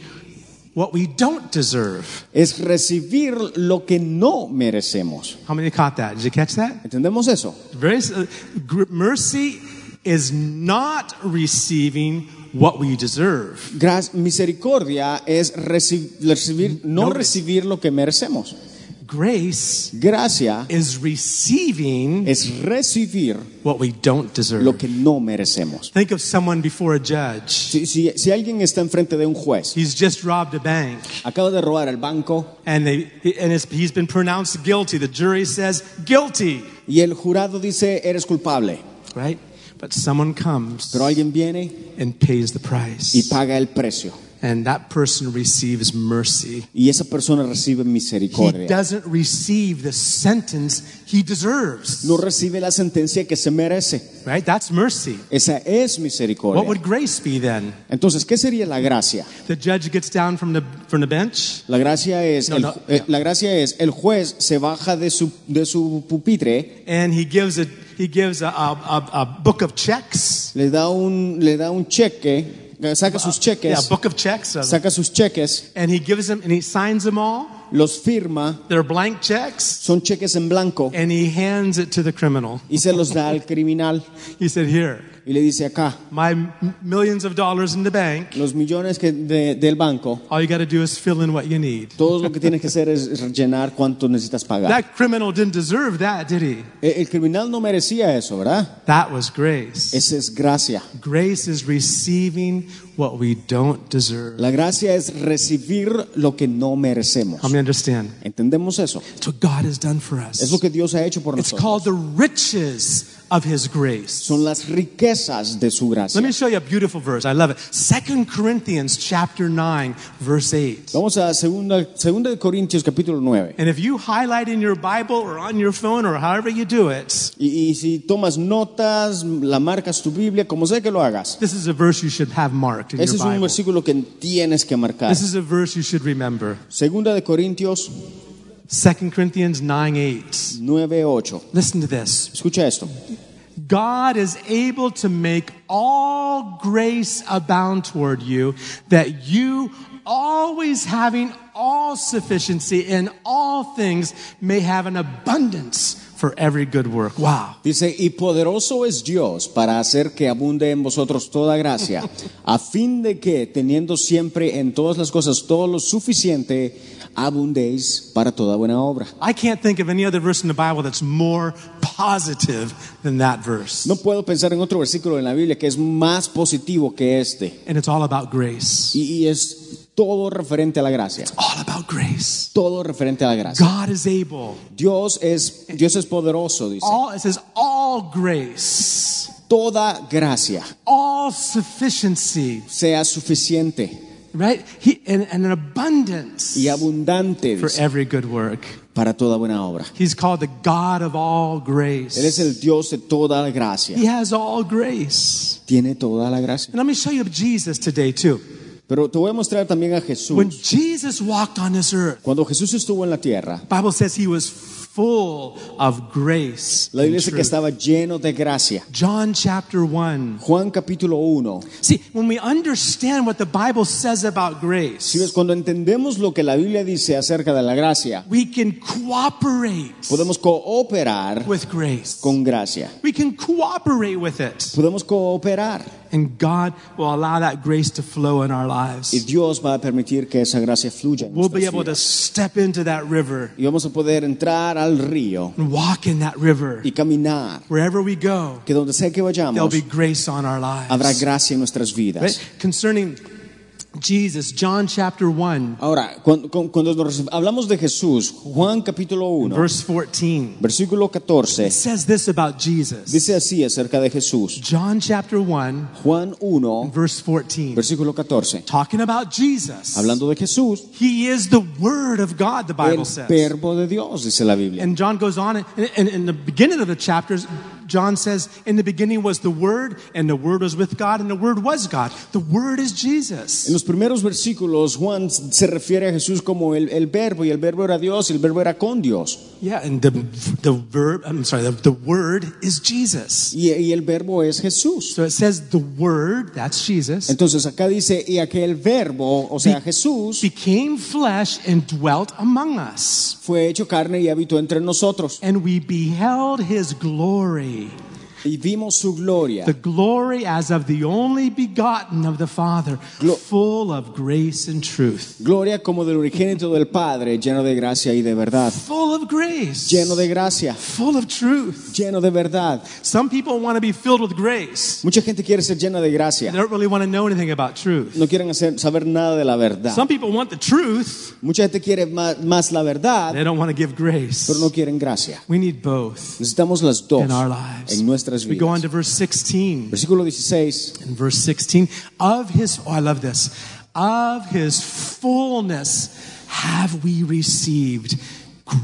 Speaker 3: what we don't deserve.
Speaker 4: es recibir lo que no merecemos.
Speaker 3: How many caught that? Did you catch that?
Speaker 4: ¿Entendemos eso?
Speaker 3: Grace, uh, gr- mercy is not receiving what we deserve.
Speaker 4: Gra- misericordia es reci- recibir, no
Speaker 3: No.
Speaker 4: recibir lo que merecemos.
Speaker 3: Grace
Speaker 4: Gracia
Speaker 3: is receiving
Speaker 4: es recibir
Speaker 3: what we don't
Speaker 4: lo
Speaker 3: deserve.
Speaker 4: que no merecemos.
Speaker 3: Think of someone before a judge.
Speaker 4: Si, si- si alguien está enfrente de un juez,
Speaker 3: He's just robbed a bank.
Speaker 4: acaba de robar el banco
Speaker 3: and they and it's, he's been pronounced guilty. The jury says guilty,
Speaker 4: y el jurado dice, eres culpable,
Speaker 3: right? But someone comes
Speaker 4: pero alguien viene
Speaker 3: and pays the
Speaker 4: y
Speaker 3: price,
Speaker 4: paga el precio
Speaker 3: and that person receives mercy.
Speaker 4: y esa persona recibe
Speaker 3: He
Speaker 4: misericordia.
Speaker 3: doesn't receive the sentence he deserves,
Speaker 4: No recibe la sentencia que se merece.
Speaker 3: right? That's mercy.
Speaker 4: Esa es
Speaker 3: What
Speaker 4: misericordia.
Speaker 3: would grace be then?
Speaker 4: Entonces, ¿qué sería la gracia?
Speaker 3: The judge gets down from the from the bench.
Speaker 4: La gracia es,
Speaker 3: No,
Speaker 4: el,
Speaker 3: no,
Speaker 4: eh,
Speaker 3: no.
Speaker 4: la gracia es el juez se baja de su, de su pupitre,
Speaker 3: And he gives a he gives a, a, a, a book of checks,
Speaker 4: le da un, le da un cheque, eh, saca sus
Speaker 3: yeah,
Speaker 4: cheques,
Speaker 3: a book of checks, uh,
Speaker 4: saca sus cheques,
Speaker 3: and he gives them and he signs them all.
Speaker 4: los firma,
Speaker 3: They're blank checks.
Speaker 4: son cheques en blanco
Speaker 3: and he hands it to the criminal.
Speaker 4: y se los da al criminal
Speaker 3: He said, Here,
Speaker 4: y le dice acá,
Speaker 3: my m- millions of dollars in the bank.
Speaker 4: los millones que de- del banco,
Speaker 3: All you got to do is fill in what you need.
Speaker 4: todo lo que tienes que hacer es rellenar cuánto necesitas pagar.
Speaker 3: That criminal didn't deserve that, did he?
Speaker 4: Eh, El criminal no merecía eso, ¿verdad?
Speaker 3: That was grace.
Speaker 4: Esa es gracia.
Speaker 3: Grace is receiving what we don't deserve.
Speaker 4: La gracia es recibir lo que no merecemos.
Speaker 3: Help me understand.
Speaker 4: ¿Entendemos eso?
Speaker 3: It's what God has done for
Speaker 4: Es
Speaker 3: us.
Speaker 4: lo que Dios ha hecho por
Speaker 3: It's called
Speaker 4: nosotros.
Speaker 3: the riches of his grace.
Speaker 4: Son las riquezas de su gracia.
Speaker 3: Let me show you a beautiful verse. I love it. Second Corinthians chapter 9, verse 8.
Speaker 4: Vamos a 2 Corintios capítulo 9.
Speaker 3: And if you highlight in your Bible or on your phone or however you do it,
Speaker 4: Y, y si tomas notas, la marcas tu Biblia, como sea que lo hagas.
Speaker 3: This is a verse you should have marked in
Speaker 4: Ese es
Speaker 3: your
Speaker 4: un
Speaker 3: Bible.
Speaker 4: versículo que tienes que marcar.
Speaker 3: This is a verse you should remember.
Speaker 4: Segunda de Corintios
Speaker 3: 2 Corinthians 9 8.
Speaker 4: 9, 8.
Speaker 3: Listen to this.
Speaker 4: Escucha esto.
Speaker 3: God is able to make all grace abound toward you, that you, always having all sufficiency in all things, may have an abundance for every good work. Wow.
Speaker 4: Dice, y poderoso es Dios para hacer que abunde en vosotros toda gracia, a fin de que, teniendo siempre en todas las cosas todo lo suficiente, abundéis para toda buena obra.
Speaker 3: I can't think of any other verse in the Bible that's more positive than that verse.
Speaker 4: No puedo pensar en otro versículo en la Biblia que es más positivo que este.
Speaker 3: And it's all about grace.
Speaker 4: Y, y es todo referente a la gracia.
Speaker 3: All about grace.
Speaker 4: Todo referente a la gracia.
Speaker 3: God is able.
Speaker 4: Dios es, Dios es poderoso, dice.
Speaker 3: All it says all grace.
Speaker 4: Toda gracia
Speaker 3: All sufficiency.
Speaker 4: sea suficiente
Speaker 3: Right? He and, and an abundance
Speaker 4: y abundante
Speaker 3: for
Speaker 4: dice,
Speaker 3: every good work.
Speaker 4: para toda buena obra.
Speaker 3: He's called the God of all
Speaker 4: Él es
Speaker 3: grace.
Speaker 4: el Dios de toda la gracia.
Speaker 3: He has all grace.
Speaker 4: Tiene toda la gracia.
Speaker 3: And let me show you Jesus today too.
Speaker 4: Pero te voy a mostrar también a Jesús.
Speaker 3: When Jesus walked on this earth,
Speaker 4: Cuando Jesús estuvo en la tierra,
Speaker 3: the Bible says he was full of grace.
Speaker 4: la
Speaker 3: and
Speaker 4: Biblia dice que
Speaker 3: truth.
Speaker 4: estaba lleno de gracia.
Speaker 3: John chapter 1.
Speaker 4: Juan capítulo 1.
Speaker 3: See, when we understand what the Bible says about
Speaker 4: Si ves,
Speaker 3: grace,
Speaker 4: cuando entendemos lo que la Biblia dice acerca de la gracia,
Speaker 3: we can cooperate
Speaker 4: podemos cooperar
Speaker 3: with grace.
Speaker 4: con gracia.
Speaker 3: We can cooperate with it.
Speaker 4: Podemos cooperar
Speaker 3: And God will allow that grace to flow in our
Speaker 4: y
Speaker 3: lives.
Speaker 4: Dios va a permitir que esa gracia fluya. en
Speaker 3: We'll
Speaker 4: nuestras
Speaker 3: be able to
Speaker 4: vidas.
Speaker 3: step into that river
Speaker 4: Y vamos a poder entrar al río
Speaker 3: and walk in that river.
Speaker 4: y caminar.
Speaker 3: Wherever we go,
Speaker 4: Que donde sea que
Speaker 3: there'll
Speaker 4: vayamos,
Speaker 3: be grace on our
Speaker 4: habrá
Speaker 3: lives.
Speaker 4: gracia en nuestras vidas.
Speaker 3: Right? Concerning Jesus, John chapter 1,
Speaker 4: Ahora, cuando, cuando- cuando nos hablamos de Jesús, Juan capítulo 1,
Speaker 3: verse 14,
Speaker 4: versículo 14.
Speaker 3: it says this about Jesus.
Speaker 4: Dice así acerca de Jesús.
Speaker 3: John chapter 1,
Speaker 4: Juan 1,
Speaker 3: verse 14.
Speaker 4: versículo 14.
Speaker 3: Talking about Jesus.
Speaker 4: Hablando de Jesús,
Speaker 3: He is the Word of God, the Bible
Speaker 4: el
Speaker 3: says.
Speaker 4: verbo de Dios, dice la Biblia.
Speaker 3: And John goes on, and in, in the beginning of the chapters, John says, In the beginning was the Word, and the Word was with God, and the Word was God. The Word is
Speaker 4: En
Speaker 3: Jesus.
Speaker 4: los primeros versículos, Juan se refiere a Jesús como el, el verbo, y el verbo era Dios, y el verbo era con Dios.
Speaker 3: Yeah, and the, the verb, I'm sorry, the, the Word is Jesus.
Speaker 4: Y, y el verbo es Jesús.
Speaker 3: So it says the Word, that's Jesus,
Speaker 4: Entonces acá dice, y aquel verbo, o sea, Jesús,
Speaker 3: became flesh and dwelt among us.
Speaker 4: fue hecho carne y habitó entre nosotros.
Speaker 3: And we beheld his glory,
Speaker 4: Y vimos su gloria,
Speaker 3: the glory as of the only begotten of the Father,
Speaker 4: Glo-
Speaker 3: full of grace and truth.
Speaker 4: gloria como del origénito del Padre, lleno de gracia y de verdad.
Speaker 3: Full of grace.
Speaker 4: Lleno de gracia,
Speaker 3: Full of truth.
Speaker 4: lleno de verdad.
Speaker 3: Some people want to be filled with grace.
Speaker 4: Mucha gente quiere ser llena de
Speaker 3: They
Speaker 4: gracia.
Speaker 3: don't really want to know anything about truth.
Speaker 4: No quieren hacer, saber nada de la verdad.
Speaker 3: Some people want the truth.
Speaker 4: Mucha gente quiere más, más la verdad,
Speaker 3: They don't want to give grace.
Speaker 4: pero no quieren gracia.
Speaker 3: We need both
Speaker 4: Necesitamos las dos
Speaker 3: in our lives.
Speaker 4: en nuestras
Speaker 3: We go on
Speaker 4: vidas.
Speaker 3: to verse 16.
Speaker 4: Versículo 16
Speaker 3: in verse 16 of his oh i love this of his fullness have we received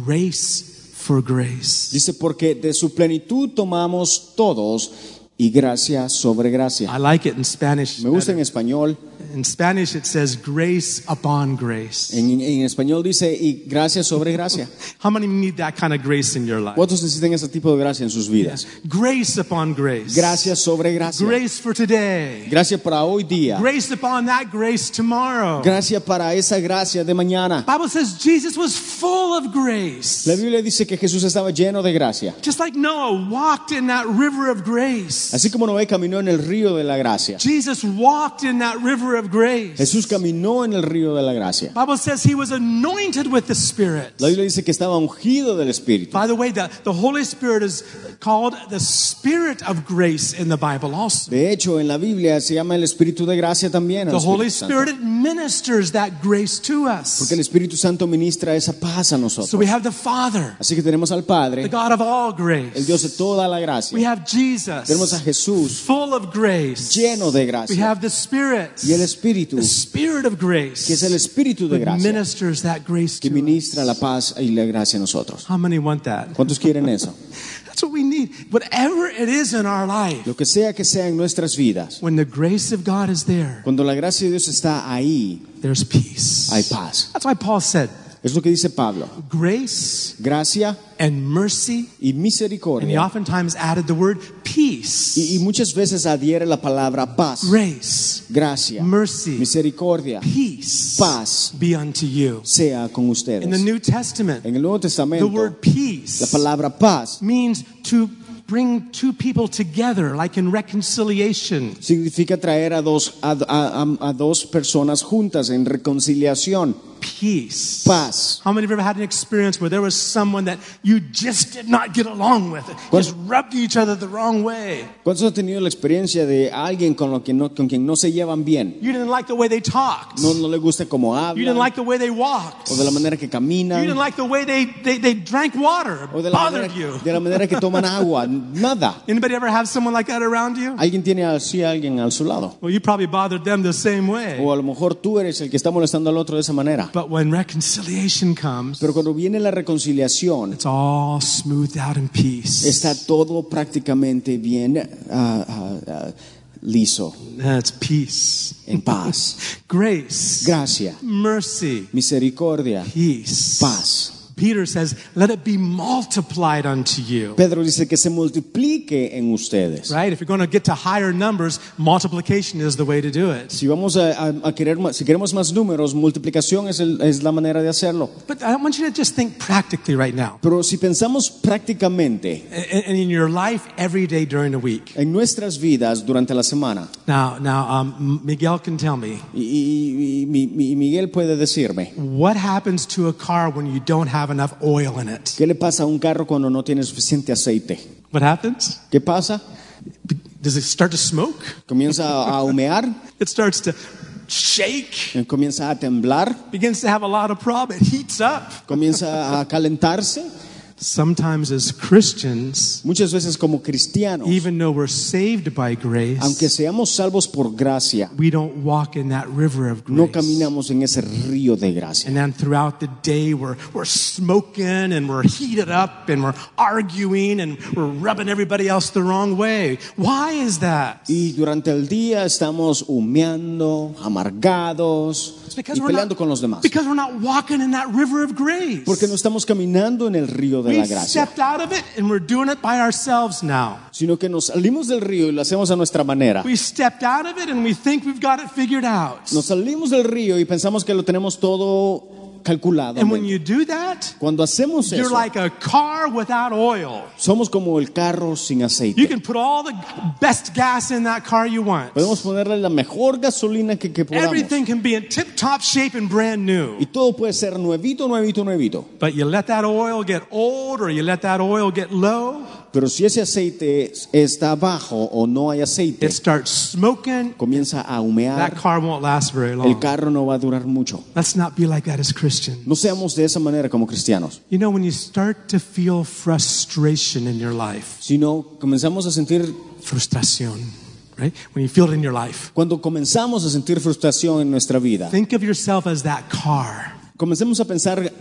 Speaker 3: grace for grace
Speaker 4: dice, porque de su plenitud tomamos todos y gracia sobre gracia.
Speaker 3: i like it in spanish
Speaker 4: Me gusta en
Speaker 3: better.
Speaker 4: español.
Speaker 3: in spanish it says grace upon grace
Speaker 4: En, en español dice, y gracia sobre gracia.
Speaker 3: how many need that kind of grace in your life
Speaker 4: ¿Cuántos necesitan ese tipo de gracia en sus vidas?
Speaker 3: grace upon grace
Speaker 4: Gracia sobre gracia.
Speaker 3: grace for today
Speaker 4: Gracia para hoy día.
Speaker 3: grace upon that grace tomorrow
Speaker 4: Gracia para esa gracia de mañana.
Speaker 3: bible says jesus was full of grace
Speaker 4: La Biblia dice que Jesús estaba lleno de gracia.
Speaker 3: just like noah walked in that river of grace
Speaker 4: Así como Noé caminó en el río de la gracia,
Speaker 3: Jesus walked in that river of grace.
Speaker 4: Jesús caminó en el río de la gracia.
Speaker 3: Bible says he was anointed with the Spirit.
Speaker 4: La Biblia dice que estaba ungido del Espíritu.
Speaker 3: By the way, the, the Holy Spirit is called the Spirit of grace in the Bible also.
Speaker 4: De hecho, en la Biblia se llama el Espíritu de gracia también. al
Speaker 3: The Holy
Speaker 4: Espíritu Santo,
Speaker 3: Spirit administers that grace to
Speaker 4: porque
Speaker 3: us.
Speaker 4: el Espíritu Santo ministra esa paz
Speaker 3: So
Speaker 4: a nosotros.
Speaker 3: we have the Father,
Speaker 4: Así que tenemos al
Speaker 3: the
Speaker 4: Padre,
Speaker 3: God of all
Speaker 4: el
Speaker 3: grace.
Speaker 4: Dios de toda la
Speaker 3: We
Speaker 4: gracia.
Speaker 3: have Jesus,
Speaker 4: Tenemos a Jesús
Speaker 3: full of grace.
Speaker 4: lleno de
Speaker 3: We
Speaker 4: gracia
Speaker 3: have the Spirit,
Speaker 4: y el Espíritu,
Speaker 3: the Spirit of grace,
Speaker 4: que es el Espíritu de
Speaker 3: who
Speaker 4: gracia,
Speaker 3: administers that grace
Speaker 4: que
Speaker 3: to us.
Speaker 4: ministra la paz y la gracia a nosotros.
Speaker 3: How many want that?
Speaker 4: ¿Cuántos quieren eso?
Speaker 3: That's what we need. Whatever it is in our life,
Speaker 4: Lo que sea que sea en nuestras vidas,
Speaker 3: when the grace of God is there,
Speaker 4: cuando la gracia de Dios está ahí,
Speaker 3: there's peace.
Speaker 4: hay paz.
Speaker 3: That's why Paul said,
Speaker 4: Es lo que dice Pablo.
Speaker 3: grace
Speaker 4: Gracia
Speaker 3: and mercy.
Speaker 4: y
Speaker 3: And he
Speaker 4: misericordia.
Speaker 3: oftentimes added the word
Speaker 4: Y, y
Speaker 3: peace,
Speaker 4: muchas veces adhiere la palabra paz,
Speaker 3: grace,
Speaker 4: gracia,
Speaker 3: mercy,
Speaker 4: misericordia,
Speaker 3: peace
Speaker 4: paz
Speaker 3: be unto you.
Speaker 4: sea con
Speaker 3: In the
Speaker 4: ustedes.
Speaker 3: New Testament,
Speaker 4: En el Nuevo
Speaker 3: the
Speaker 4: Testamento,
Speaker 3: word
Speaker 4: la
Speaker 3: peace
Speaker 4: palabra paz
Speaker 3: means to bring two people together, like in reconciliation.
Speaker 4: significa traer a dos, a, a- a- a dos personas juntas en reconciliación.
Speaker 3: Peace.
Speaker 4: Paz.
Speaker 3: How many of you ever had an experience where there was someone that you just did not get along with? Just rubbed each other the wrong way.
Speaker 4: ¿Cuántos han tenido la experiencia de alguien con, lo que no, con quien no se llevan bien?
Speaker 3: You didn't like the way they talked.
Speaker 4: No, no le gusta cómo
Speaker 3: You didn't
Speaker 4: habla,
Speaker 3: like the way they walked.
Speaker 4: o de la manera que
Speaker 3: You didn't
Speaker 4: caminan,
Speaker 3: like the way they, they, they drank water.
Speaker 4: o de
Speaker 3: It
Speaker 4: la manera,
Speaker 3: bothered you.
Speaker 4: de la manera que toman agua, nada.
Speaker 3: Anybody ever have someone like that around you?
Speaker 4: Alguien tiene así a alguien al su lado.
Speaker 3: Well, you probably bothered them the same way.
Speaker 4: O a lo mejor tú eres el que está molestando al otro de esa manera.
Speaker 3: But when reconciliation comes,
Speaker 4: Pero cuando viene la reconciliación,
Speaker 3: it's all smoothed out in peace.
Speaker 4: está todo prácticamente bien ah, ah, ah, liso,
Speaker 3: That's peace,
Speaker 4: en paz.
Speaker 3: grace,
Speaker 4: Gracia,
Speaker 3: mercy,
Speaker 4: misericordia,
Speaker 3: peace.
Speaker 4: paz.
Speaker 3: Peter says, "Let it be multiplied unto you."
Speaker 4: Pedro dice que se multiplique en ustedes.
Speaker 3: Right? If you're going to get to higher numbers, multiplication is the way to do it.
Speaker 4: Si vamos a, a- a querer, más- si queremos más números, multiplicación es, el- es la manera de hacerlo.
Speaker 3: But I want you to just think practically right now,
Speaker 4: Pero si pensamos prácticamente
Speaker 3: A- and in your life every day during the week.
Speaker 4: en nuestras vidas durante la semana,
Speaker 3: Now, now, um, Miguel can tell me
Speaker 4: y, y- y- mi- mi- Miguel puede decirme,
Speaker 3: what happens to a car when you don't have enough oil in it.
Speaker 4: ¿qué le pasa a un carro cuando no tiene suficiente aceite?
Speaker 3: What happens?
Speaker 4: ¿Qué pasa?
Speaker 3: Does it start to smoke?
Speaker 4: Comienza a a humear,
Speaker 3: It starts to shake,
Speaker 4: eh, comienza a temblar,
Speaker 3: begins to have a lot of problem. It heats up.
Speaker 4: comienza a calentarse.
Speaker 3: Sometimes, as Christians,
Speaker 4: Muchas veces como cristianos,
Speaker 3: even though we're saved by
Speaker 4: aunque
Speaker 3: grace,
Speaker 4: seamos salvos por gracia,
Speaker 3: we don't walk in that river of
Speaker 4: no
Speaker 3: grace.
Speaker 4: caminamos en ese río de gracia.
Speaker 3: And then throughout the day, we're, we're smoking and we're heated up and we're arguing and we're rubbing everybody else the wrong way. Why is that?
Speaker 4: Y durante el día estamos humeando, amargados
Speaker 3: It's
Speaker 4: y peleando con los demás.
Speaker 3: because we're not walking in that river of grace.
Speaker 4: Porque no estamos caminando en el río de la
Speaker 3: we
Speaker 4: gracia,
Speaker 3: stepped out of it and we're doing it by ourselves now.
Speaker 4: sino que nos salimos del río y lo hacemos a nuestra manera.
Speaker 3: We stepped out of it and we think we've got it figured out.
Speaker 4: Nos salimos del río y pensamos que lo tenemos todo calculado.
Speaker 3: And when you do that,
Speaker 4: Cuando hacemos
Speaker 3: you're
Speaker 4: eso,
Speaker 3: like a car without oil.
Speaker 4: somos como el carro sin
Speaker 3: You
Speaker 4: aceite.
Speaker 3: can put all the best gas in that car you want.
Speaker 4: Podemos ponerle la mejor gasolina que, que podamos.
Speaker 3: Everything can be in tip top shape and brand new.
Speaker 4: Y todo puede ser nuevito, nuevito, nuevito.
Speaker 3: But you let that oil get old or you let that oil get low,
Speaker 4: Pero si ese aceite está abajo o no hay aceite,
Speaker 3: it starts smoking.
Speaker 4: comienza a
Speaker 3: That
Speaker 4: humear,
Speaker 3: car won't last very
Speaker 4: el
Speaker 3: long.
Speaker 4: carro no va a durar mucho.
Speaker 3: Let's not be like that as Christians.
Speaker 4: No seamos de esa manera como cristianos,
Speaker 3: You know, when you start to feel frustration in your life,
Speaker 4: sino comenzamos a sentir,
Speaker 3: frustración, right? When you feel it in your life,
Speaker 4: cuando comenzamos a sentir frustración en nuestra vida,
Speaker 3: think of yourself as that car
Speaker 4: comencemos a pensar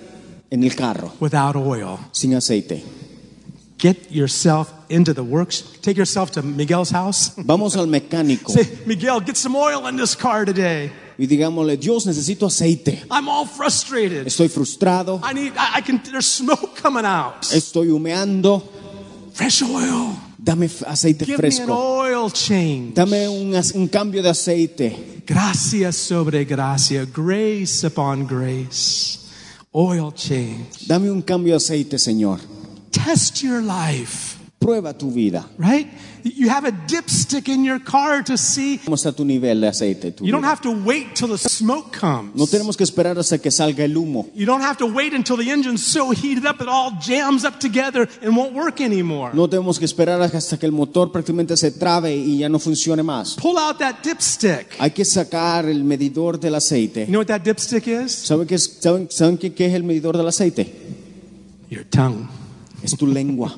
Speaker 4: en el carro
Speaker 3: without oil.
Speaker 4: sin aceite.
Speaker 3: Get yourself into the works. Take yourself to Miguel's house.
Speaker 4: Vamos al mecánico
Speaker 3: Say, Miguel, get some oil in this car today.
Speaker 4: y digámosle, Dios, necesito aceite.
Speaker 3: I'm all frustrated.
Speaker 4: Estoy frustrado,
Speaker 3: I need, I, I can, there's smoke coming out.
Speaker 4: estoy humeando,
Speaker 3: Fresh oil.
Speaker 4: dame f- aceite
Speaker 3: Give me an
Speaker 4: fresco.
Speaker 3: oil change.
Speaker 4: Dame un, as- un cambio de aceite.
Speaker 3: Gracia sobre gracia. Grace upon grace. Oil change.
Speaker 4: Dame un cambio de aceite, Señor.
Speaker 3: Test your life,
Speaker 4: Prueba tu vida.
Speaker 3: right? You have a dipstick in your car to see.
Speaker 4: ¿Cómo está tu nivel de aceite? tu
Speaker 3: You don't
Speaker 4: vida?
Speaker 3: have to wait till the smoke comes.
Speaker 4: No tenemos que esperar hasta que salga el humo.
Speaker 3: You don't have to wait until the engine's so heated up it all jams up together and won't work anymore.
Speaker 4: No tenemos que esperar hasta que el motor prácticamente se trabe y ya no funcione más.
Speaker 3: Pull out that dipstick.
Speaker 4: Hay que sacar el medidor del
Speaker 3: You
Speaker 4: aceite.
Speaker 3: know what that dipstick is?
Speaker 4: ¿Saben qué es, saben, saben qué, qué es el medidor del aceite?
Speaker 3: Your tongue.
Speaker 4: Es tu lengua.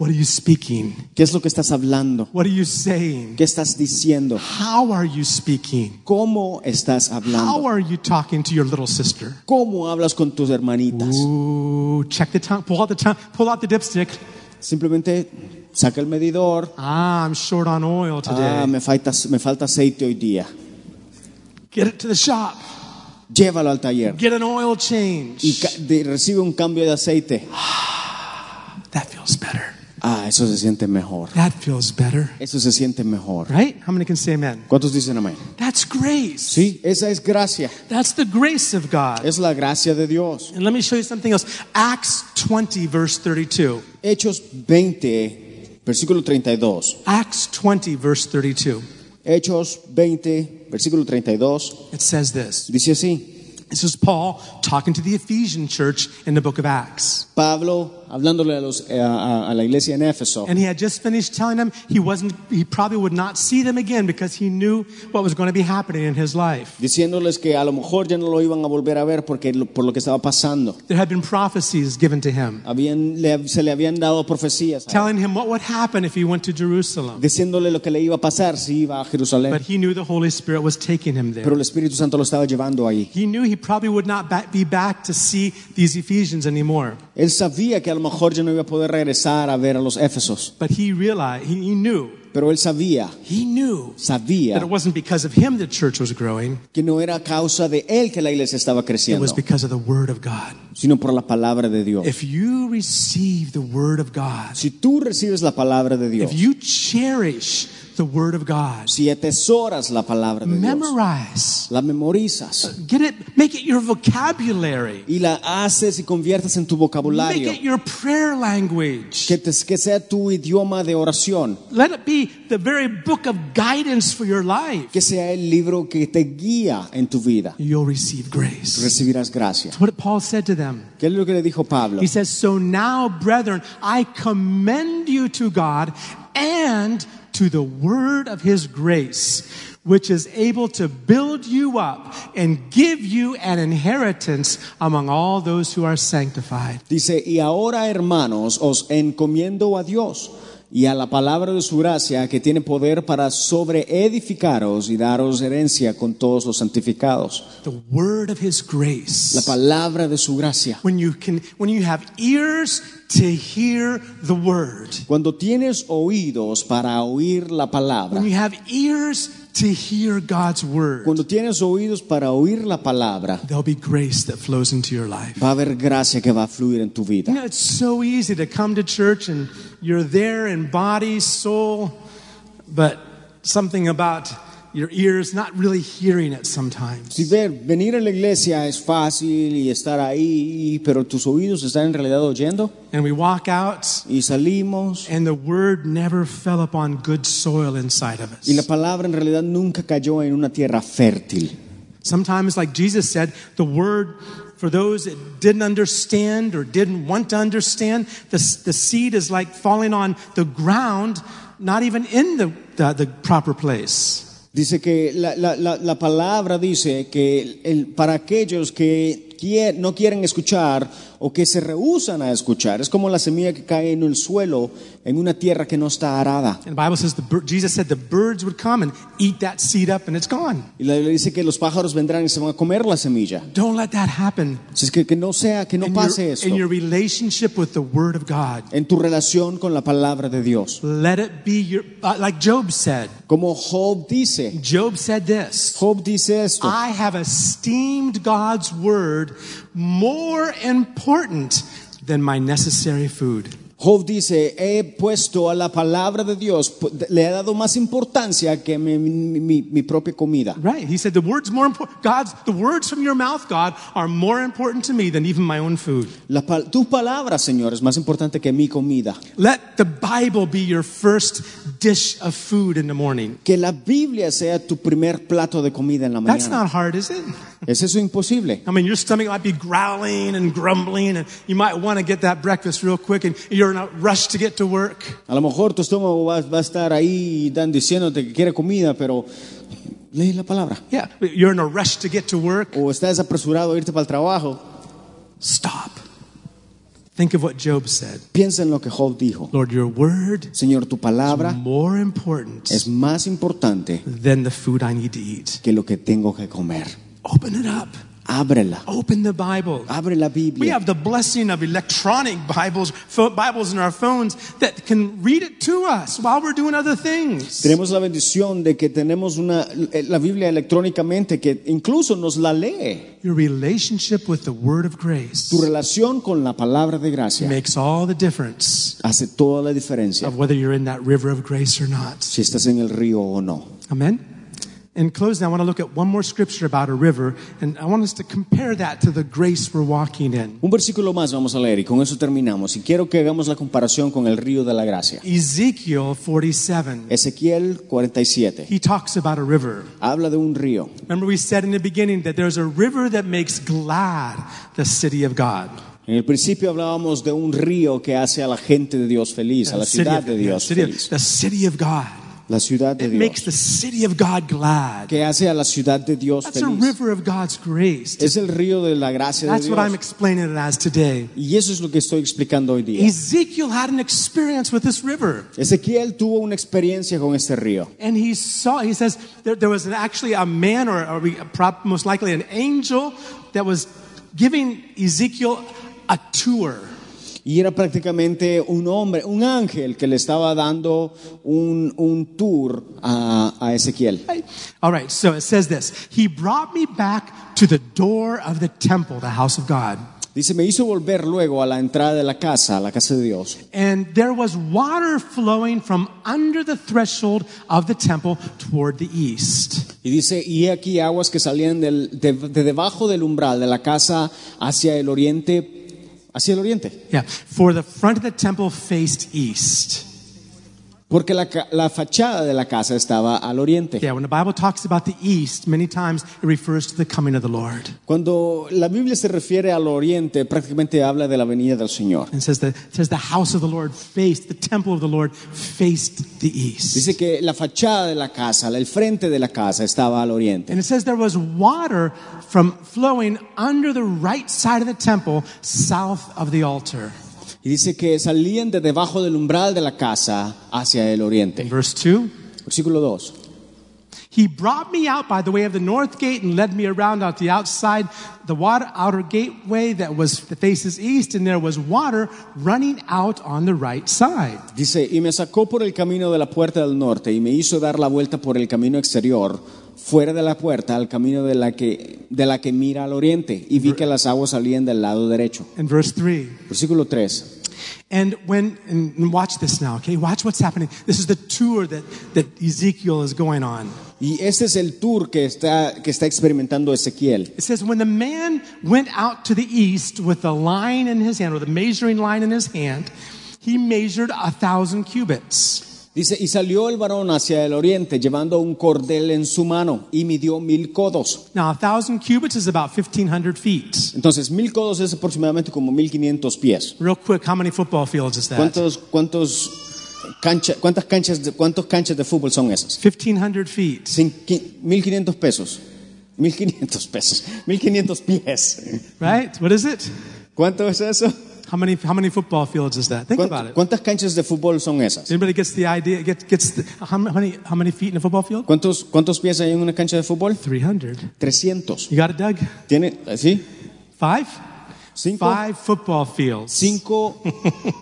Speaker 3: What are you speaking?
Speaker 4: ¿Qué es lo que estás hablando?
Speaker 3: What are you saying?
Speaker 4: ¿Qué estás diciendo?
Speaker 3: How are you speaking?
Speaker 4: ¿Cómo estás
Speaker 3: How
Speaker 4: hablando?
Speaker 3: are you talking to your little sister?
Speaker 4: ¿Cómo hablas con tus hermanitas?
Speaker 3: Mm. Ooh, check the tongue. Pull out the tongue. Pull out the dipstick.
Speaker 4: Simplemente saca el medidor.
Speaker 3: Ah, I'm short on
Speaker 4: Um,
Speaker 3: oil today.
Speaker 4: Ah, me falta, me falta aceite hoy día.
Speaker 3: Get it to the shop.
Speaker 4: Llévalo al taller
Speaker 3: Get an oil
Speaker 4: y
Speaker 3: change.
Speaker 4: ca- de- recibe un cambio de aceite.
Speaker 3: That feels better.
Speaker 4: Ah, eso se siente mejor.
Speaker 3: That feels better.
Speaker 4: Eso se siente mejor.
Speaker 3: Right? How many can say amen?
Speaker 4: ¿Cuántos dicen amén?
Speaker 3: That's grace.
Speaker 4: Sí, esa es gracia.
Speaker 3: That's the grace of God.
Speaker 4: Es la gracia de Dios.
Speaker 3: And let me show you something else. Acts 20, verse 32.
Speaker 4: Hechos 20, versículo 32.
Speaker 3: Acts 20, verse 32.
Speaker 4: Hechos 20, versículo 32.
Speaker 3: It says this.
Speaker 4: Dice así.
Speaker 3: This is Paul talking to the Ephesian church in the book of Acts.
Speaker 4: Pablo, hablándole a, los, a- a- a la iglesia en Éfeso,
Speaker 3: And he had just finished telling them he wasn't he probably would not see them again because he knew what was going to be happening in his life.
Speaker 4: diciéndoles que a lo mejor ya no lo iban a volver a ver porque lo- por lo que estaba pasando.
Speaker 3: There had been prophecies given to him
Speaker 4: Habían, le- se le habían dado profecías, a él,
Speaker 3: telling him what would happen if he went to Jerusalem.
Speaker 4: diciéndole lo que le iba a pasar si iba a
Speaker 3: But
Speaker 4: Jerusalén.
Speaker 3: he knew the Holy Spirit was taking him there.
Speaker 4: Pero el Espíritu Santo lo estaba llevando ahí.
Speaker 3: He knew he probably would not ba- be back to see these Ephesians anymore.
Speaker 4: Él sabía que a lo mejor ya no iba a poder regresar a ver a los Éfesos,
Speaker 3: But he realized, he, he knew,
Speaker 4: pero él sabía,
Speaker 3: he knew that
Speaker 4: sabía
Speaker 3: it wasn't because of him the church was growing.
Speaker 4: que no era a causa de él que la iglesia
Speaker 3: It
Speaker 4: estaba
Speaker 3: was
Speaker 4: creciendo,
Speaker 3: because of the Word of God.
Speaker 4: sino por la palabra de Dios.
Speaker 3: If you receive the Word of God,
Speaker 4: Si tú recibes la palabra de Dios,
Speaker 3: if you cherish the Word of God,
Speaker 4: si atesoras la palabra de Dios,
Speaker 3: memorize,
Speaker 4: la memorizas
Speaker 3: get it, make it your vocabulary,
Speaker 4: y la haces y conviertes en tu
Speaker 3: make
Speaker 4: vocabulario,
Speaker 3: it your prayer language.
Speaker 4: que, te- que sea tu idioma de oración,
Speaker 3: Let it be the very book of guidance for your life.
Speaker 4: que sea el libro que te guía en tu vida,
Speaker 3: You'll receive grace.
Speaker 4: recibirás gracia.
Speaker 3: That's what Paul said to them.
Speaker 4: ¿Qué es lo que le dijo Pablo?
Speaker 3: He says, So now, brethren, I commend you to God and to the word of his grace, which is able to build you up and give you an inheritance among all those who are sanctified.
Speaker 4: Dice, y ahora hermanos, os encomiendo a Dios y a la palabra de su gracia que tiene poder para sobreedificaros y daros herencia con todos los santificados.
Speaker 3: The word of his
Speaker 4: La
Speaker 3: grace.
Speaker 4: palabra de su gracia.
Speaker 3: When you can, when you have ears to hear the word,
Speaker 4: Cuando tienes oídos para oír la palabra,
Speaker 3: when you have ears to hear God's word,
Speaker 4: cuando tienes oídos para oír la palabra,
Speaker 3: there'll be grace that flows into your life.
Speaker 4: va a haber gracia que va a fluir en tu
Speaker 3: You
Speaker 4: vida.
Speaker 3: know, it's so easy to come to church and you're there in body, soul, but something about your ears not really hearing it sometimes.
Speaker 4: Si ver, venir a la iglesia es fácil y estar ahí, pero tus oídos están en realidad oyendo
Speaker 3: And we walk out
Speaker 4: y salimos
Speaker 3: and the word never fell upon good soil inside of
Speaker 4: Y la
Speaker 3: us.
Speaker 4: palabra en realidad nunca cayó en una tierra fértil.
Speaker 3: Sometimes, like Jesus said, the word for those that didn't understand or didn't want to understand, the, the seed is like falling on the ground, not even in the, the, the proper place.
Speaker 4: Dice que la, la- la- la palabra dice que el- el- para aquellos que quier- no quieren escuchar o que se rehúsan a escuchar, es como la semilla que cae en el suelo, en una tierra que no está arada.
Speaker 3: And the Bible says the bir- Jesus said the birds would come and eat that seed up and it's gone.
Speaker 4: Y la Biblia dice que los pájaros vendrán y se van a comer la semilla.
Speaker 3: Don't let that happen
Speaker 4: Así es que, que no sea, que no
Speaker 3: in, your,
Speaker 4: pase
Speaker 3: in
Speaker 4: esto
Speaker 3: your relationship with the Word of God.
Speaker 4: en tu relación con la palabra de Dios.
Speaker 3: Let it be your, uh, like Job said.
Speaker 4: Como Job dice, Ah.
Speaker 3: Job said this
Speaker 4: Job dice esto,
Speaker 3: I have esteemed God's Word more important than my necessary food.
Speaker 4: Job dice, he puesto a la palabra de Dios, pu- le he dado más importancia que mi, mi- mi- mi propia comida.
Speaker 3: Right. He said the words more important God's the words from your mouth, God, are more important to me than even my own food.
Speaker 4: La pal- tu palabra, Señor, es más importante que mi comida.
Speaker 3: Let the Bible be your first dish of food in the morning.
Speaker 4: Que la Biblia sea tu primer plato de comida en la
Speaker 3: That's
Speaker 4: mañana.
Speaker 3: not hard, is it?
Speaker 4: ¿Es eso imposible?
Speaker 3: I mean, your stomach might be growling and grumbling, and you might want to get that breakfast real quick, and you're in a rush to get to work.
Speaker 4: A lo mejor tu estómago va, va a estar ahí dan, diciéndote que quiere comida, pero lee la palabra.
Speaker 3: Yeah, you're in a rush to get to work.
Speaker 4: O estás apresurado a irte para el trabajo.
Speaker 3: Stop. Think of what Job said.
Speaker 4: Piensa en lo que Job dijo.
Speaker 3: Lord, your word
Speaker 4: Señor, tu
Speaker 3: is
Speaker 4: palabra
Speaker 3: more important
Speaker 4: es más importante
Speaker 3: than the food I need to eat.
Speaker 4: que lo que tengo que comer.
Speaker 3: Open it up.
Speaker 4: ábrela.
Speaker 3: Open the Bible.
Speaker 4: Abre la
Speaker 3: We
Speaker 4: Biblia.
Speaker 3: have the blessing of electronic Bibles, pho- Bibles in our phones that can read it to us while we're doing other things.
Speaker 4: Tenemos la bendición de que tenemos una, eh, la Biblia electrónicamente que incluso nos la lee.
Speaker 3: Your relationship with the Word of grace
Speaker 4: Tu relación con la palabra de gracia
Speaker 3: makes all the difference
Speaker 4: hace toda la diferencia
Speaker 3: of whether you're in that river of grace or not.
Speaker 4: si estás en el río o no.
Speaker 3: Amen. In closing, I want to look at one more scripture about a river, and I want us to compare that to the grace we're walking in.
Speaker 4: Un versículo más vamos a leer y con eso terminamos. Y quiero que hagamos la comparación con el río de la gracia.
Speaker 3: Ezekiel 47.
Speaker 4: Ezequiel 47
Speaker 3: He talks about a river.
Speaker 4: habla de un río.
Speaker 3: Remember, we said in the beginning that there's a river that makes glad the city of God.
Speaker 4: En el principio hablábamos de un río que hace a la gente de Dios feliz, a la ciudad de
Speaker 3: yeah,
Speaker 4: Dios
Speaker 3: city of-
Speaker 4: feliz.
Speaker 3: the city of God.
Speaker 4: La ciudad de
Speaker 3: It makes the
Speaker 4: Dios.
Speaker 3: city of God glad.
Speaker 4: Que hace a la ciudad de Dios
Speaker 3: That's a
Speaker 4: feliz.
Speaker 3: river of God's grace.
Speaker 4: Es el río de la gracia de
Speaker 3: That's what I'm
Speaker 4: Dios.
Speaker 3: explaining it as today.
Speaker 4: Y eso es lo que estoy explicando hoy día.
Speaker 3: Ezekiel had an experience with this river.
Speaker 4: Ezequiel tuvo una experiencia con este río.
Speaker 3: And he saw, he says, there, there was an- actually a man, or, or we, prob- most likely an angel, that was giving Ezekiel a tour.
Speaker 4: Y era prácticamente un hombre, un ángel que le estaba dando un, un tour a, a Ezequiel.
Speaker 3: Right? All right, so it says this He brought me back to the door of the temple, the house of God.
Speaker 4: Dice, me hizo volver luego a la entrada de la casa, a la casa de Dios.
Speaker 3: And there was water flowing from under the threshold of the temple toward the east.
Speaker 4: Y dice, y he aquí aguas que salían del- de, de debajo del umbral de la casa hacia el oriente, hacia el oriente.
Speaker 3: Yeah, for the front of the temple faced east.
Speaker 4: Porque la, ca- la fachada de la casa estaba al oriente.
Speaker 3: Yeah, when the Bible talks about the east, many times it refers to the coming of the Lord.
Speaker 4: Cuando la Biblia se refiere al oriente, prácticamente habla de la venida del Señor.
Speaker 3: And it says the, it says the house of the Lord faced, the temple of the Lord faced the east.
Speaker 4: Dice que la fachada de la casa, el frente de la casa estaba al oriente.
Speaker 3: And it says there was water from flowing under the right side of the temple, south of the altar.
Speaker 4: Y dice que salían de debajo del umbral de la casa hacia el
Speaker 3: In
Speaker 4: oriente.
Speaker 3: verse 2,
Speaker 4: Versículo 2.
Speaker 3: he brought me out by the way of the north gate and led me around out the outside, the water outer gateway that was that faces east, and there was water running out on the right side.
Speaker 4: Dice, y me sacó por el camino de la puerta del norte y me hizo dar la vuelta por el camino exterior, fuera de la puerta, al camino de la que, de la que mira al oriente, y vi que las aguas salían del lado derecho.
Speaker 3: In verse 3.
Speaker 4: Versículo 3.
Speaker 3: And when, and watch this now, okay? Watch what's happening. This is the tour that, that Ezekiel is going on.
Speaker 4: Y este es el tour que está, que está experimentando Ezequiel.
Speaker 3: It says, When the man went out to the east with the line in his hand, or the measuring line in his hand, he measured a thousand cubits.
Speaker 4: Dice, y salió el varón hacia el oriente llevando un cordel en su mano y midió mil codos.
Speaker 3: Now, a thousand cubits is about 1,500 feet.
Speaker 4: Entonces, mil codos es aproximadamente como 1500 pies.
Speaker 3: Real quick, how many football fields is that?
Speaker 4: ¿Cuántos, cuántos cancha- cuántas canchas de, cuántos canchas de fútbol son esas?
Speaker 3: 1,500 feet,
Speaker 4: Cin- qui- 1500 pesos. 1500 pesos. 1500 pies.
Speaker 3: right? What is it?
Speaker 4: ¿Cuánto es eso?
Speaker 3: How many, how many football fields is that? Think about
Speaker 4: ¿Cuánto-
Speaker 3: it.
Speaker 4: ¿Cuántas canchas de fútbol son esas?
Speaker 3: Anybody gets the idea? Gets, gets the, how, many, how many feet in a football field?
Speaker 4: ¿Cuántos, ¿Cuántos pies hay en una cancha de fútbol?
Speaker 3: 300.
Speaker 4: 300.
Speaker 3: You got it, Doug?
Speaker 4: ¿Tiene, sí?
Speaker 3: Five?
Speaker 4: Cinco,
Speaker 3: Five football fields.
Speaker 4: cinco,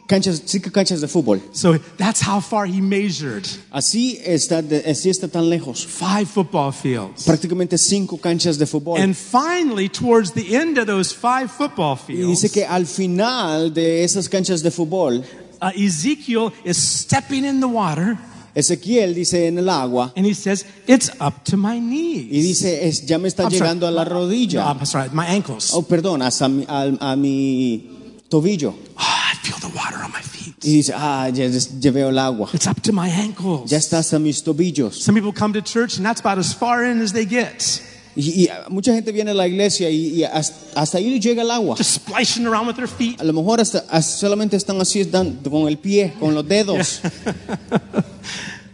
Speaker 4: canchas, cinco canchas de fútbol.
Speaker 3: So that's how far he measured.
Speaker 4: Así está, de- así está tan lejos.
Speaker 3: Five football fields.
Speaker 4: Prácticamente cinco canchas de fútbol.
Speaker 3: And finally, towards the end of those five football
Speaker 4: y dice
Speaker 3: fields,
Speaker 4: que al final de esas canchas de fútbol,
Speaker 3: uh, Ezekiel is stepping in the water
Speaker 4: Ezequiel dice en el agua
Speaker 3: and he says, It's up to my
Speaker 4: y
Speaker 3: knees.
Speaker 4: dice, es- ya me está
Speaker 3: I'm sorry.
Speaker 4: llegando a la rodilla.
Speaker 3: No, I'm sorry, my ankles.
Speaker 4: Oh, perdón, hasta mi- al- a, mi tobillo.
Speaker 3: Ah, I feel the water on my feet.
Speaker 4: Y dice, ah, ya, ya veo el agua.
Speaker 3: It's up to my ankles.
Speaker 4: Ya está hasta mis tobillos.
Speaker 3: Some people come to church and that's about as far in as they get.
Speaker 4: Y, y, ah, mucha gente viene a la iglesia y, y hasta, hasta ahí llega el agua.
Speaker 3: Just splashing around with their feet.
Speaker 4: A lo mejor hasta, hasta solamente están así dan- con el pie, con los dedos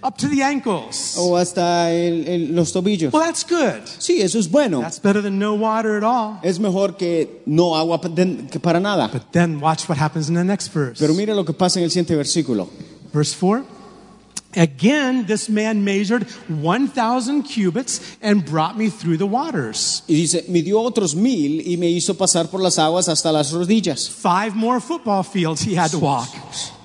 Speaker 3: Up to the ankles.
Speaker 4: o hasta el- el- los tobillos.
Speaker 3: Well, that's good.
Speaker 4: Sí, eso es bueno.
Speaker 3: That's better than no water at all.
Speaker 4: Es mejor que no agua pa- de- que para nada.
Speaker 3: But then watch what happens in the next verse.
Speaker 4: Pero mira lo que pasa en el siguiente versículo.
Speaker 3: Verse 4 Again, this man measured 1,000 cubits and brought me through the waters.
Speaker 4: Y dice, midió otros mil y me hizo pasar por las aguas hasta las rodillas.
Speaker 3: Five more football fields he had to walk.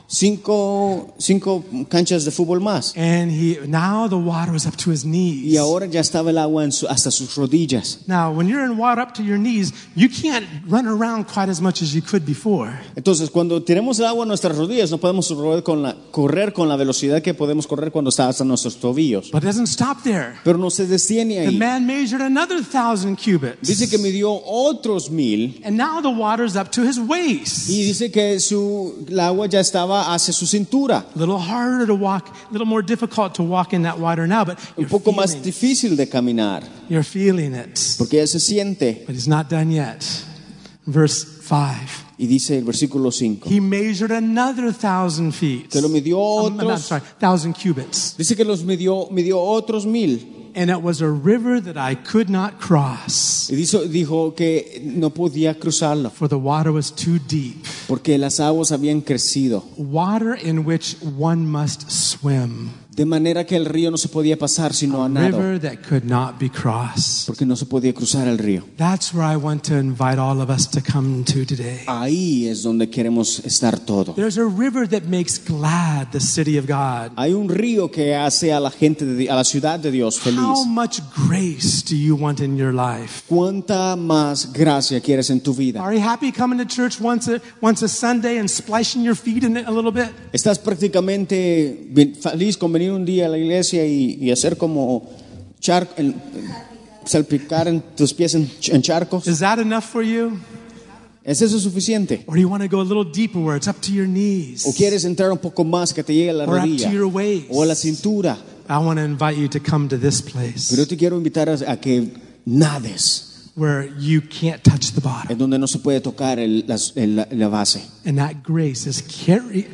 Speaker 4: Cinco, cinco canchas de fútbol más.
Speaker 3: And he, now the water was up to his knees.
Speaker 4: Y ahora ya estaba el agua en su- hasta sus rodillas.
Speaker 3: Now, when you're in water up to your knees, you can't run around quite as much as you could before.
Speaker 4: Entonces, cuando tenemos el agua a nuestras rodillas, no podemos correr con, la, correr con la velocidad que podemos correr cuando está hasta nuestros tobillos.
Speaker 3: But it doesn't stop there.
Speaker 4: Pero no se detiene
Speaker 3: The
Speaker 4: ahí.
Speaker 3: man measured another thousand cubits.
Speaker 4: Dice que midió otros mil
Speaker 3: And now the water's up to his waist.
Speaker 4: y dice que su, el agua ya estaba hacia su cintura.
Speaker 3: A little harder to walk, a little more difficult to walk in that water now, but
Speaker 4: Un
Speaker 3: you're
Speaker 4: poco más
Speaker 3: feeling,
Speaker 4: difícil de caminar
Speaker 3: you're feeling it.
Speaker 4: porque ya se siente.
Speaker 3: But he's not done yet. Verse 5.
Speaker 4: Y dice el versículo 5.
Speaker 3: He measured another thousand feet.
Speaker 4: Que lo midió
Speaker 3: Um, I'm,
Speaker 4: otros.
Speaker 3: sorry, thousand cubits.
Speaker 4: Dice que los midió, midió otros mil.
Speaker 3: And it was a river that I could not cross,
Speaker 4: Y dijo, dijo que no podía cruzarlo
Speaker 3: for the water was too deep.
Speaker 4: porque las aguas habían crecido.
Speaker 3: Water in which one must swim.
Speaker 4: De manera que el río no se podía pasar sino a nado.
Speaker 3: River that could not be crossed.
Speaker 4: Porque no se podía cruzar el río.
Speaker 3: That's where I want to invite all of us to come to today.
Speaker 4: Ahí es donde queremos estar todo.
Speaker 3: There's a river that makes glad the city of God.
Speaker 4: Hay un río que hace a la gente, de Di- a la ciudad de Dios feliz.
Speaker 3: How much grace do you want in your life?
Speaker 4: ¿Cuánta más gracia quieres en tu vida?
Speaker 3: Are you happy coming to church once a, once a Sunday and splashing your feet in it a little bit?
Speaker 4: ¿Estás prácticamente bien- feliz con venir un día a la iglesia y, y hacer como char- el- salpicar en tus pies en, ch- en charcos?
Speaker 3: Is that enough for you?
Speaker 4: ¿Es eso suficiente?
Speaker 3: Or do you want to go a little deeper where it's up to your knees?
Speaker 4: ¿O quieres entrar un poco más que te llegue a la
Speaker 3: Or up
Speaker 4: rodilla
Speaker 3: to your waist?
Speaker 4: o a la cintura?
Speaker 3: I want to invite you to come to this place
Speaker 4: Pero yo te quiero invitar a, a que nades
Speaker 3: where you can't touch the
Speaker 4: en
Speaker 3: bottom.
Speaker 4: donde no se puede tocar el- las- el- la- la base.
Speaker 3: And that grace is carry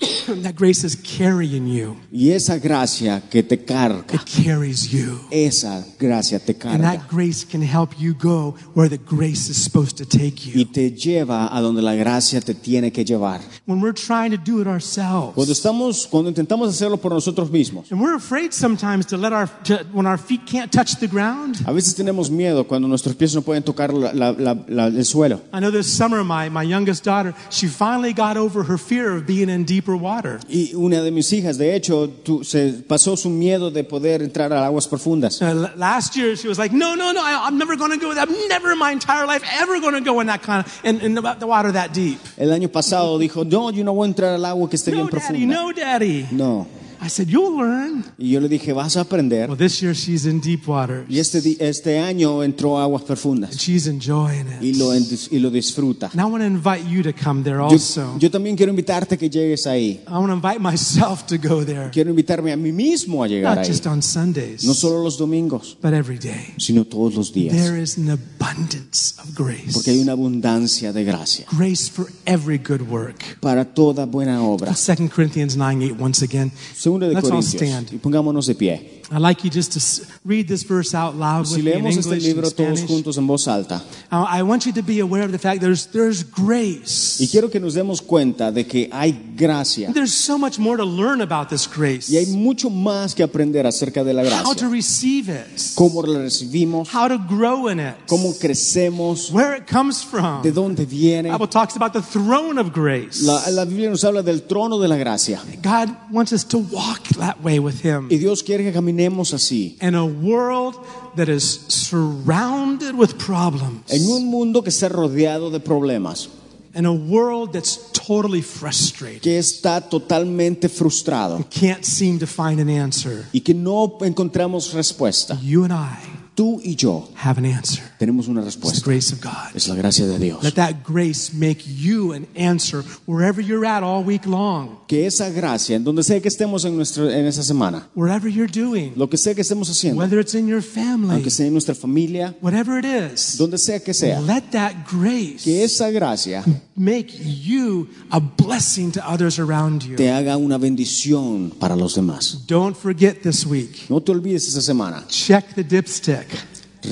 Speaker 3: that grace is carrying you.
Speaker 4: Y esa gracia que te carga.
Speaker 3: It carries you.
Speaker 4: esa gracia te
Speaker 3: And that
Speaker 4: carga
Speaker 3: grace can help you go where the grace is supposed to take
Speaker 4: y
Speaker 3: you.
Speaker 4: te lleva a donde la gracia te tiene que llevar.
Speaker 3: When we're trying to do it
Speaker 4: Cuando
Speaker 3: ourselves,
Speaker 4: estamos, cuando intentamos hacerlo por nosotros mismos,
Speaker 3: and we're afraid sometimes to let our to, when our feet can't touch the ground.
Speaker 4: a veces tenemos miedo cuando nuestros pies no pueden tocar la- la- la- la- el suelo.
Speaker 3: I know this summer, my, my youngest daughter, she finally got over her fear of being in deeper water.
Speaker 4: Y una de mis hijas, de hecho, tu- se pasó su miedo de poder entrar a aguas profundas.
Speaker 3: Uh, l- last year, she was like, "No, no, no! I, I'm never going to go. I'm never in my entire life ever going to go in that kind of in, in the, the water that deep."
Speaker 4: El año pasado dijo, no, yo no voy a entrar al agua que esté bien
Speaker 3: No, daddy,
Speaker 4: profunda.
Speaker 3: no, daddy.
Speaker 4: No.
Speaker 3: I said, "You'll learn."
Speaker 4: Y yo le dije, vas a aprender.
Speaker 3: Well, this year she's in deep water.
Speaker 4: Y este, di- este año entró a aguas profundas
Speaker 3: She's enjoying
Speaker 4: y lo, en-
Speaker 3: it.
Speaker 4: y lo disfruta.
Speaker 3: And I want to invite you to come there
Speaker 4: Yo-
Speaker 3: also.
Speaker 4: yo también quiero invitarte que llegues ahí.
Speaker 3: I want to invite myself to go there,
Speaker 4: Quiero invitarme a mí mismo a llegar
Speaker 3: not
Speaker 4: ahí.
Speaker 3: just on Sundays,
Speaker 4: No solo los domingos,
Speaker 3: but every day.
Speaker 4: sino todos los días.
Speaker 3: There is an abundance of grace.
Speaker 4: Porque hay una abundancia de gracia
Speaker 3: grace for every good work.
Speaker 4: para toda buena obra.
Speaker 3: 2 Corinthians 9 8 once again.
Speaker 4: Segundo de
Speaker 3: Let's all
Speaker 4: Corintios.
Speaker 3: stand.
Speaker 4: Y pongámonos de pie.
Speaker 3: I'd like you just to s- read this verse out loud
Speaker 4: Si
Speaker 3: with me in
Speaker 4: leemos este
Speaker 3: English and
Speaker 4: libro todos
Speaker 3: Spanish.
Speaker 4: juntos en voz alta.
Speaker 3: Uh, I want you to be aware of the fact there's, there's
Speaker 4: Y
Speaker 3: grace.
Speaker 4: quiero que nos demos cuenta de que hay gracia.
Speaker 3: There's so much more to learn about this grace.
Speaker 4: Y hay mucho más que aprender acerca de la
Speaker 3: How to
Speaker 4: gracia.
Speaker 3: receive it.
Speaker 4: Cómo la recibimos,
Speaker 3: How to grow in it.
Speaker 4: cómo crecemos,
Speaker 3: Where it comes from.
Speaker 4: de dónde viene.
Speaker 3: The Bible talks about the throne of grace.
Speaker 4: La, la Biblia nos habla del trono de la gracia.
Speaker 3: God wants us to walk that way with Him.
Speaker 4: Y Dios quiere que caminemos así.
Speaker 3: In a world that is surrounded with problems.
Speaker 4: En un mundo que está rodeado de problemas.
Speaker 3: In a world that's totally frustrated.
Speaker 4: que está totalmente frustrado
Speaker 3: Can't seem to find an answer.
Speaker 4: y que no encontramos respuesta.
Speaker 3: You and I
Speaker 4: Tú y yo
Speaker 3: have an answer.
Speaker 4: tenemos una
Speaker 3: It's the
Speaker 4: respuesta.
Speaker 3: grace of God.
Speaker 4: Es la gracia de Dios.
Speaker 3: Let that grace make you an answer wherever you're at all week long,
Speaker 4: Que esa gracia, en donde sea que estemos en, nuestro, en esa semana,
Speaker 3: wherever you're doing,
Speaker 4: lo que sea que estemos haciendo,
Speaker 3: whether it's in your family,
Speaker 4: aunque sea en nuestra familia,
Speaker 3: whatever it is.
Speaker 4: donde sea que sea,
Speaker 3: Let that grace
Speaker 4: que esa gracia
Speaker 3: make you a blessing to others around you.
Speaker 4: te haga una bendición para los demás.
Speaker 3: Don't forget this week.
Speaker 4: No te olvides esa semana,
Speaker 3: Check the dipstick.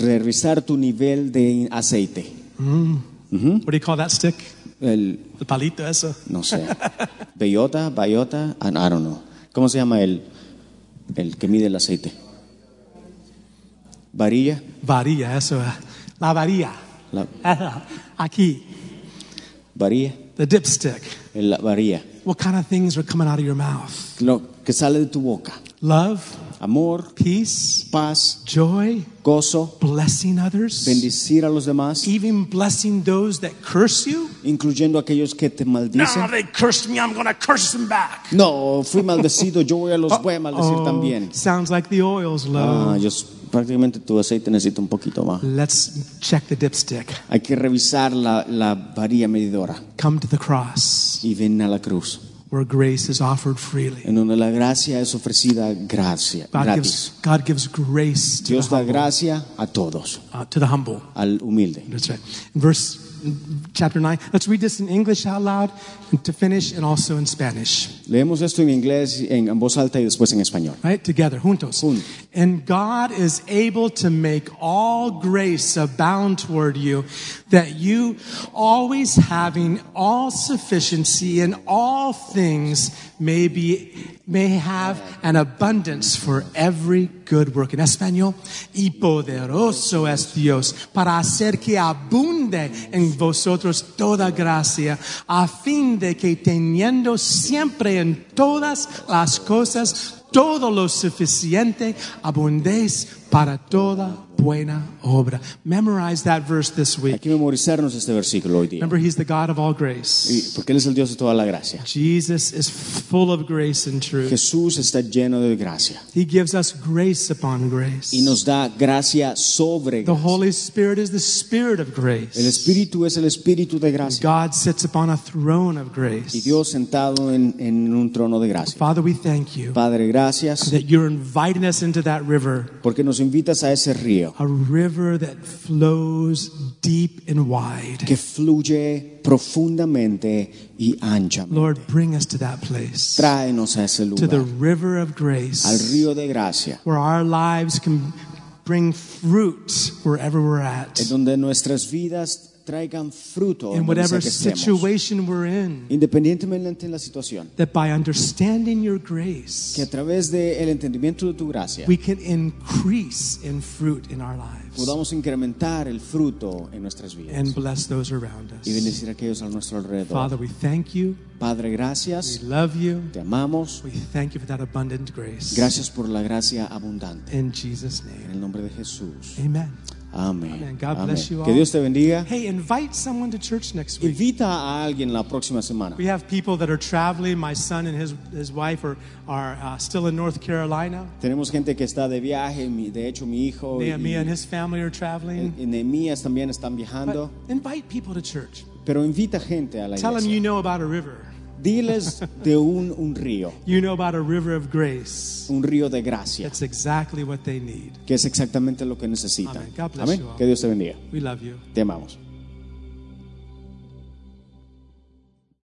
Speaker 4: revisar tu nivel de aceite.
Speaker 3: What do you call that stick?
Speaker 4: El,
Speaker 3: The palito eso.
Speaker 4: no sé, bellota, bayota, I I don't know. ¿Cómo se llama el? el que mide el aceite. Varilla,
Speaker 3: Varilla, eso es. La varilla.
Speaker 4: la
Speaker 3: Esa, Aquí.
Speaker 4: varilla,
Speaker 3: The dipstick.
Speaker 4: la varilla,
Speaker 3: What kind of things are coming out of your mouth?
Speaker 4: lo que sale de tu boca.
Speaker 3: Love,
Speaker 4: Amor,
Speaker 3: peace,
Speaker 4: paz,
Speaker 3: joy,
Speaker 4: gozo,
Speaker 3: blessing others,
Speaker 4: bendecir a los demás,
Speaker 3: even blessing those that curse you.
Speaker 4: incluyendo aquellos que te maldicen.
Speaker 3: No, they cursed me. I'm going to curse them back.
Speaker 4: No, fui maldecido, yo voy a los voy a maldecir
Speaker 3: Uh-oh.
Speaker 4: también.
Speaker 3: Sounds like the oil's low.
Speaker 4: Ah, yo s- prácticamente tu aceite necesita un poquito más.
Speaker 3: Let's check the dipstick.
Speaker 4: Hay que revisar la, la varilla medidora
Speaker 3: Come to the cross
Speaker 4: y ven a la cruz,
Speaker 3: where grace is offered freely.
Speaker 4: en donde la gracia es ofrecida gracia,
Speaker 3: God
Speaker 4: gratis.
Speaker 3: gives, God gives grace to the,
Speaker 4: Dios da
Speaker 3: humble,
Speaker 4: gracia a todos,
Speaker 3: uh, to the humble.
Speaker 4: al humilde.
Speaker 3: That's right. In verse chapter 9. Let's read this in English out loud to finish and also in Spanish.
Speaker 4: Leemos esto en inglés, en, en voz alta y después en español.
Speaker 3: Right? Together, juntos.
Speaker 4: Jun-
Speaker 3: And God is able to make all grace abound toward you, that you always having all sufficiency in all things may be may have an abundance for every good work. En español, y poderoso es Dios para hacer que abunde en vosotros toda gracia, a fin de que teniendo siempre en todas las cosas todo lo suficiente, abundéis para toda buena obra. Memorize that verse this
Speaker 4: Hay
Speaker 3: week.
Speaker 4: que memorizarnos este versículo hoy día,
Speaker 3: Remember, He's the God of all
Speaker 4: y-
Speaker 3: grace.
Speaker 4: porque Él es el Dios de toda la gracia.
Speaker 3: Jesus is full of grace and truth.
Speaker 4: Jesús está lleno de gracia
Speaker 3: He gives us grace upon
Speaker 4: y
Speaker 3: grace.
Speaker 4: nos da gracia sobre
Speaker 3: The
Speaker 4: gracia.
Speaker 3: Holy Spirit is the Spirit of
Speaker 4: El
Speaker 3: grace.
Speaker 4: Espíritu es el Espíritu de gracia.
Speaker 3: God sits upon a throne of
Speaker 4: y
Speaker 3: grace.
Speaker 4: Dios sentado en, en un trono de gracia.
Speaker 3: Father, we thank you
Speaker 4: Padre, gracias
Speaker 3: that you're inviting us into that river,
Speaker 4: porque nos invitas a ese río
Speaker 3: a river that flows deep and wide.
Speaker 4: que fluye profundamente y anchamente.
Speaker 3: Lord, bring us to that place,
Speaker 4: Tráenos a ese
Speaker 3: to the
Speaker 4: lugar,
Speaker 3: river of
Speaker 4: al
Speaker 3: grace,
Speaker 4: río de gracia,
Speaker 3: where our lives can bring fruit wherever we're at,
Speaker 4: en donde nuestras vidas traigan fruto
Speaker 3: in
Speaker 4: en donde sea
Speaker 3: whatever
Speaker 4: que estemos,
Speaker 3: situation we're in.
Speaker 4: independientemente de la situación.
Speaker 3: That by understanding your
Speaker 4: Que a
Speaker 3: grace,
Speaker 4: través del entendimiento de tu gracia
Speaker 3: we can increase in fruit in our lives
Speaker 4: podamos incrementar el fruto en nuestras vidas
Speaker 3: and bless those around
Speaker 4: y
Speaker 3: us.
Speaker 4: bendecir a aquellos a nuestro alrededor.
Speaker 3: Father, we thank you.
Speaker 4: Padre,
Speaker 3: We
Speaker 4: gracias,
Speaker 3: love you.
Speaker 4: te amamos,
Speaker 3: We thank you for that abundant grace.
Speaker 4: gracias por la gracia abundante.
Speaker 3: In Jesus' name.
Speaker 4: En el nombre de Jesús.
Speaker 3: Amen. Amen.
Speaker 4: Amén.
Speaker 3: God bless you
Speaker 4: Que
Speaker 3: all.
Speaker 4: Dios te bendiga.
Speaker 3: Hey, invite someone to church next week.
Speaker 4: Invita a alguien la próxima semana.
Speaker 3: We have people that are traveling. My son and his, his wife are, are uh, still in North Carolina.
Speaker 4: Tenemos gente que está de viaje. mi- De hecho, mi hijo y,
Speaker 3: Nehemiah and his family are traveling.
Speaker 4: y Nehemías también están
Speaker 3: Mm. But
Speaker 4: viajando.
Speaker 3: invite people to church.
Speaker 4: Pero invita gente a la
Speaker 3: Tell them
Speaker 4: iglesia.
Speaker 3: you know about a river.
Speaker 4: Diles de un, un río,
Speaker 3: You know about a river of grace.
Speaker 4: un río de gracia,
Speaker 3: That's exactly what they need.
Speaker 4: que es exactamente lo que necesitan.
Speaker 3: Amén. God bless
Speaker 4: Amén.
Speaker 3: you all.
Speaker 4: Que Dios te bendiga.
Speaker 3: We love you.
Speaker 4: Te amamos.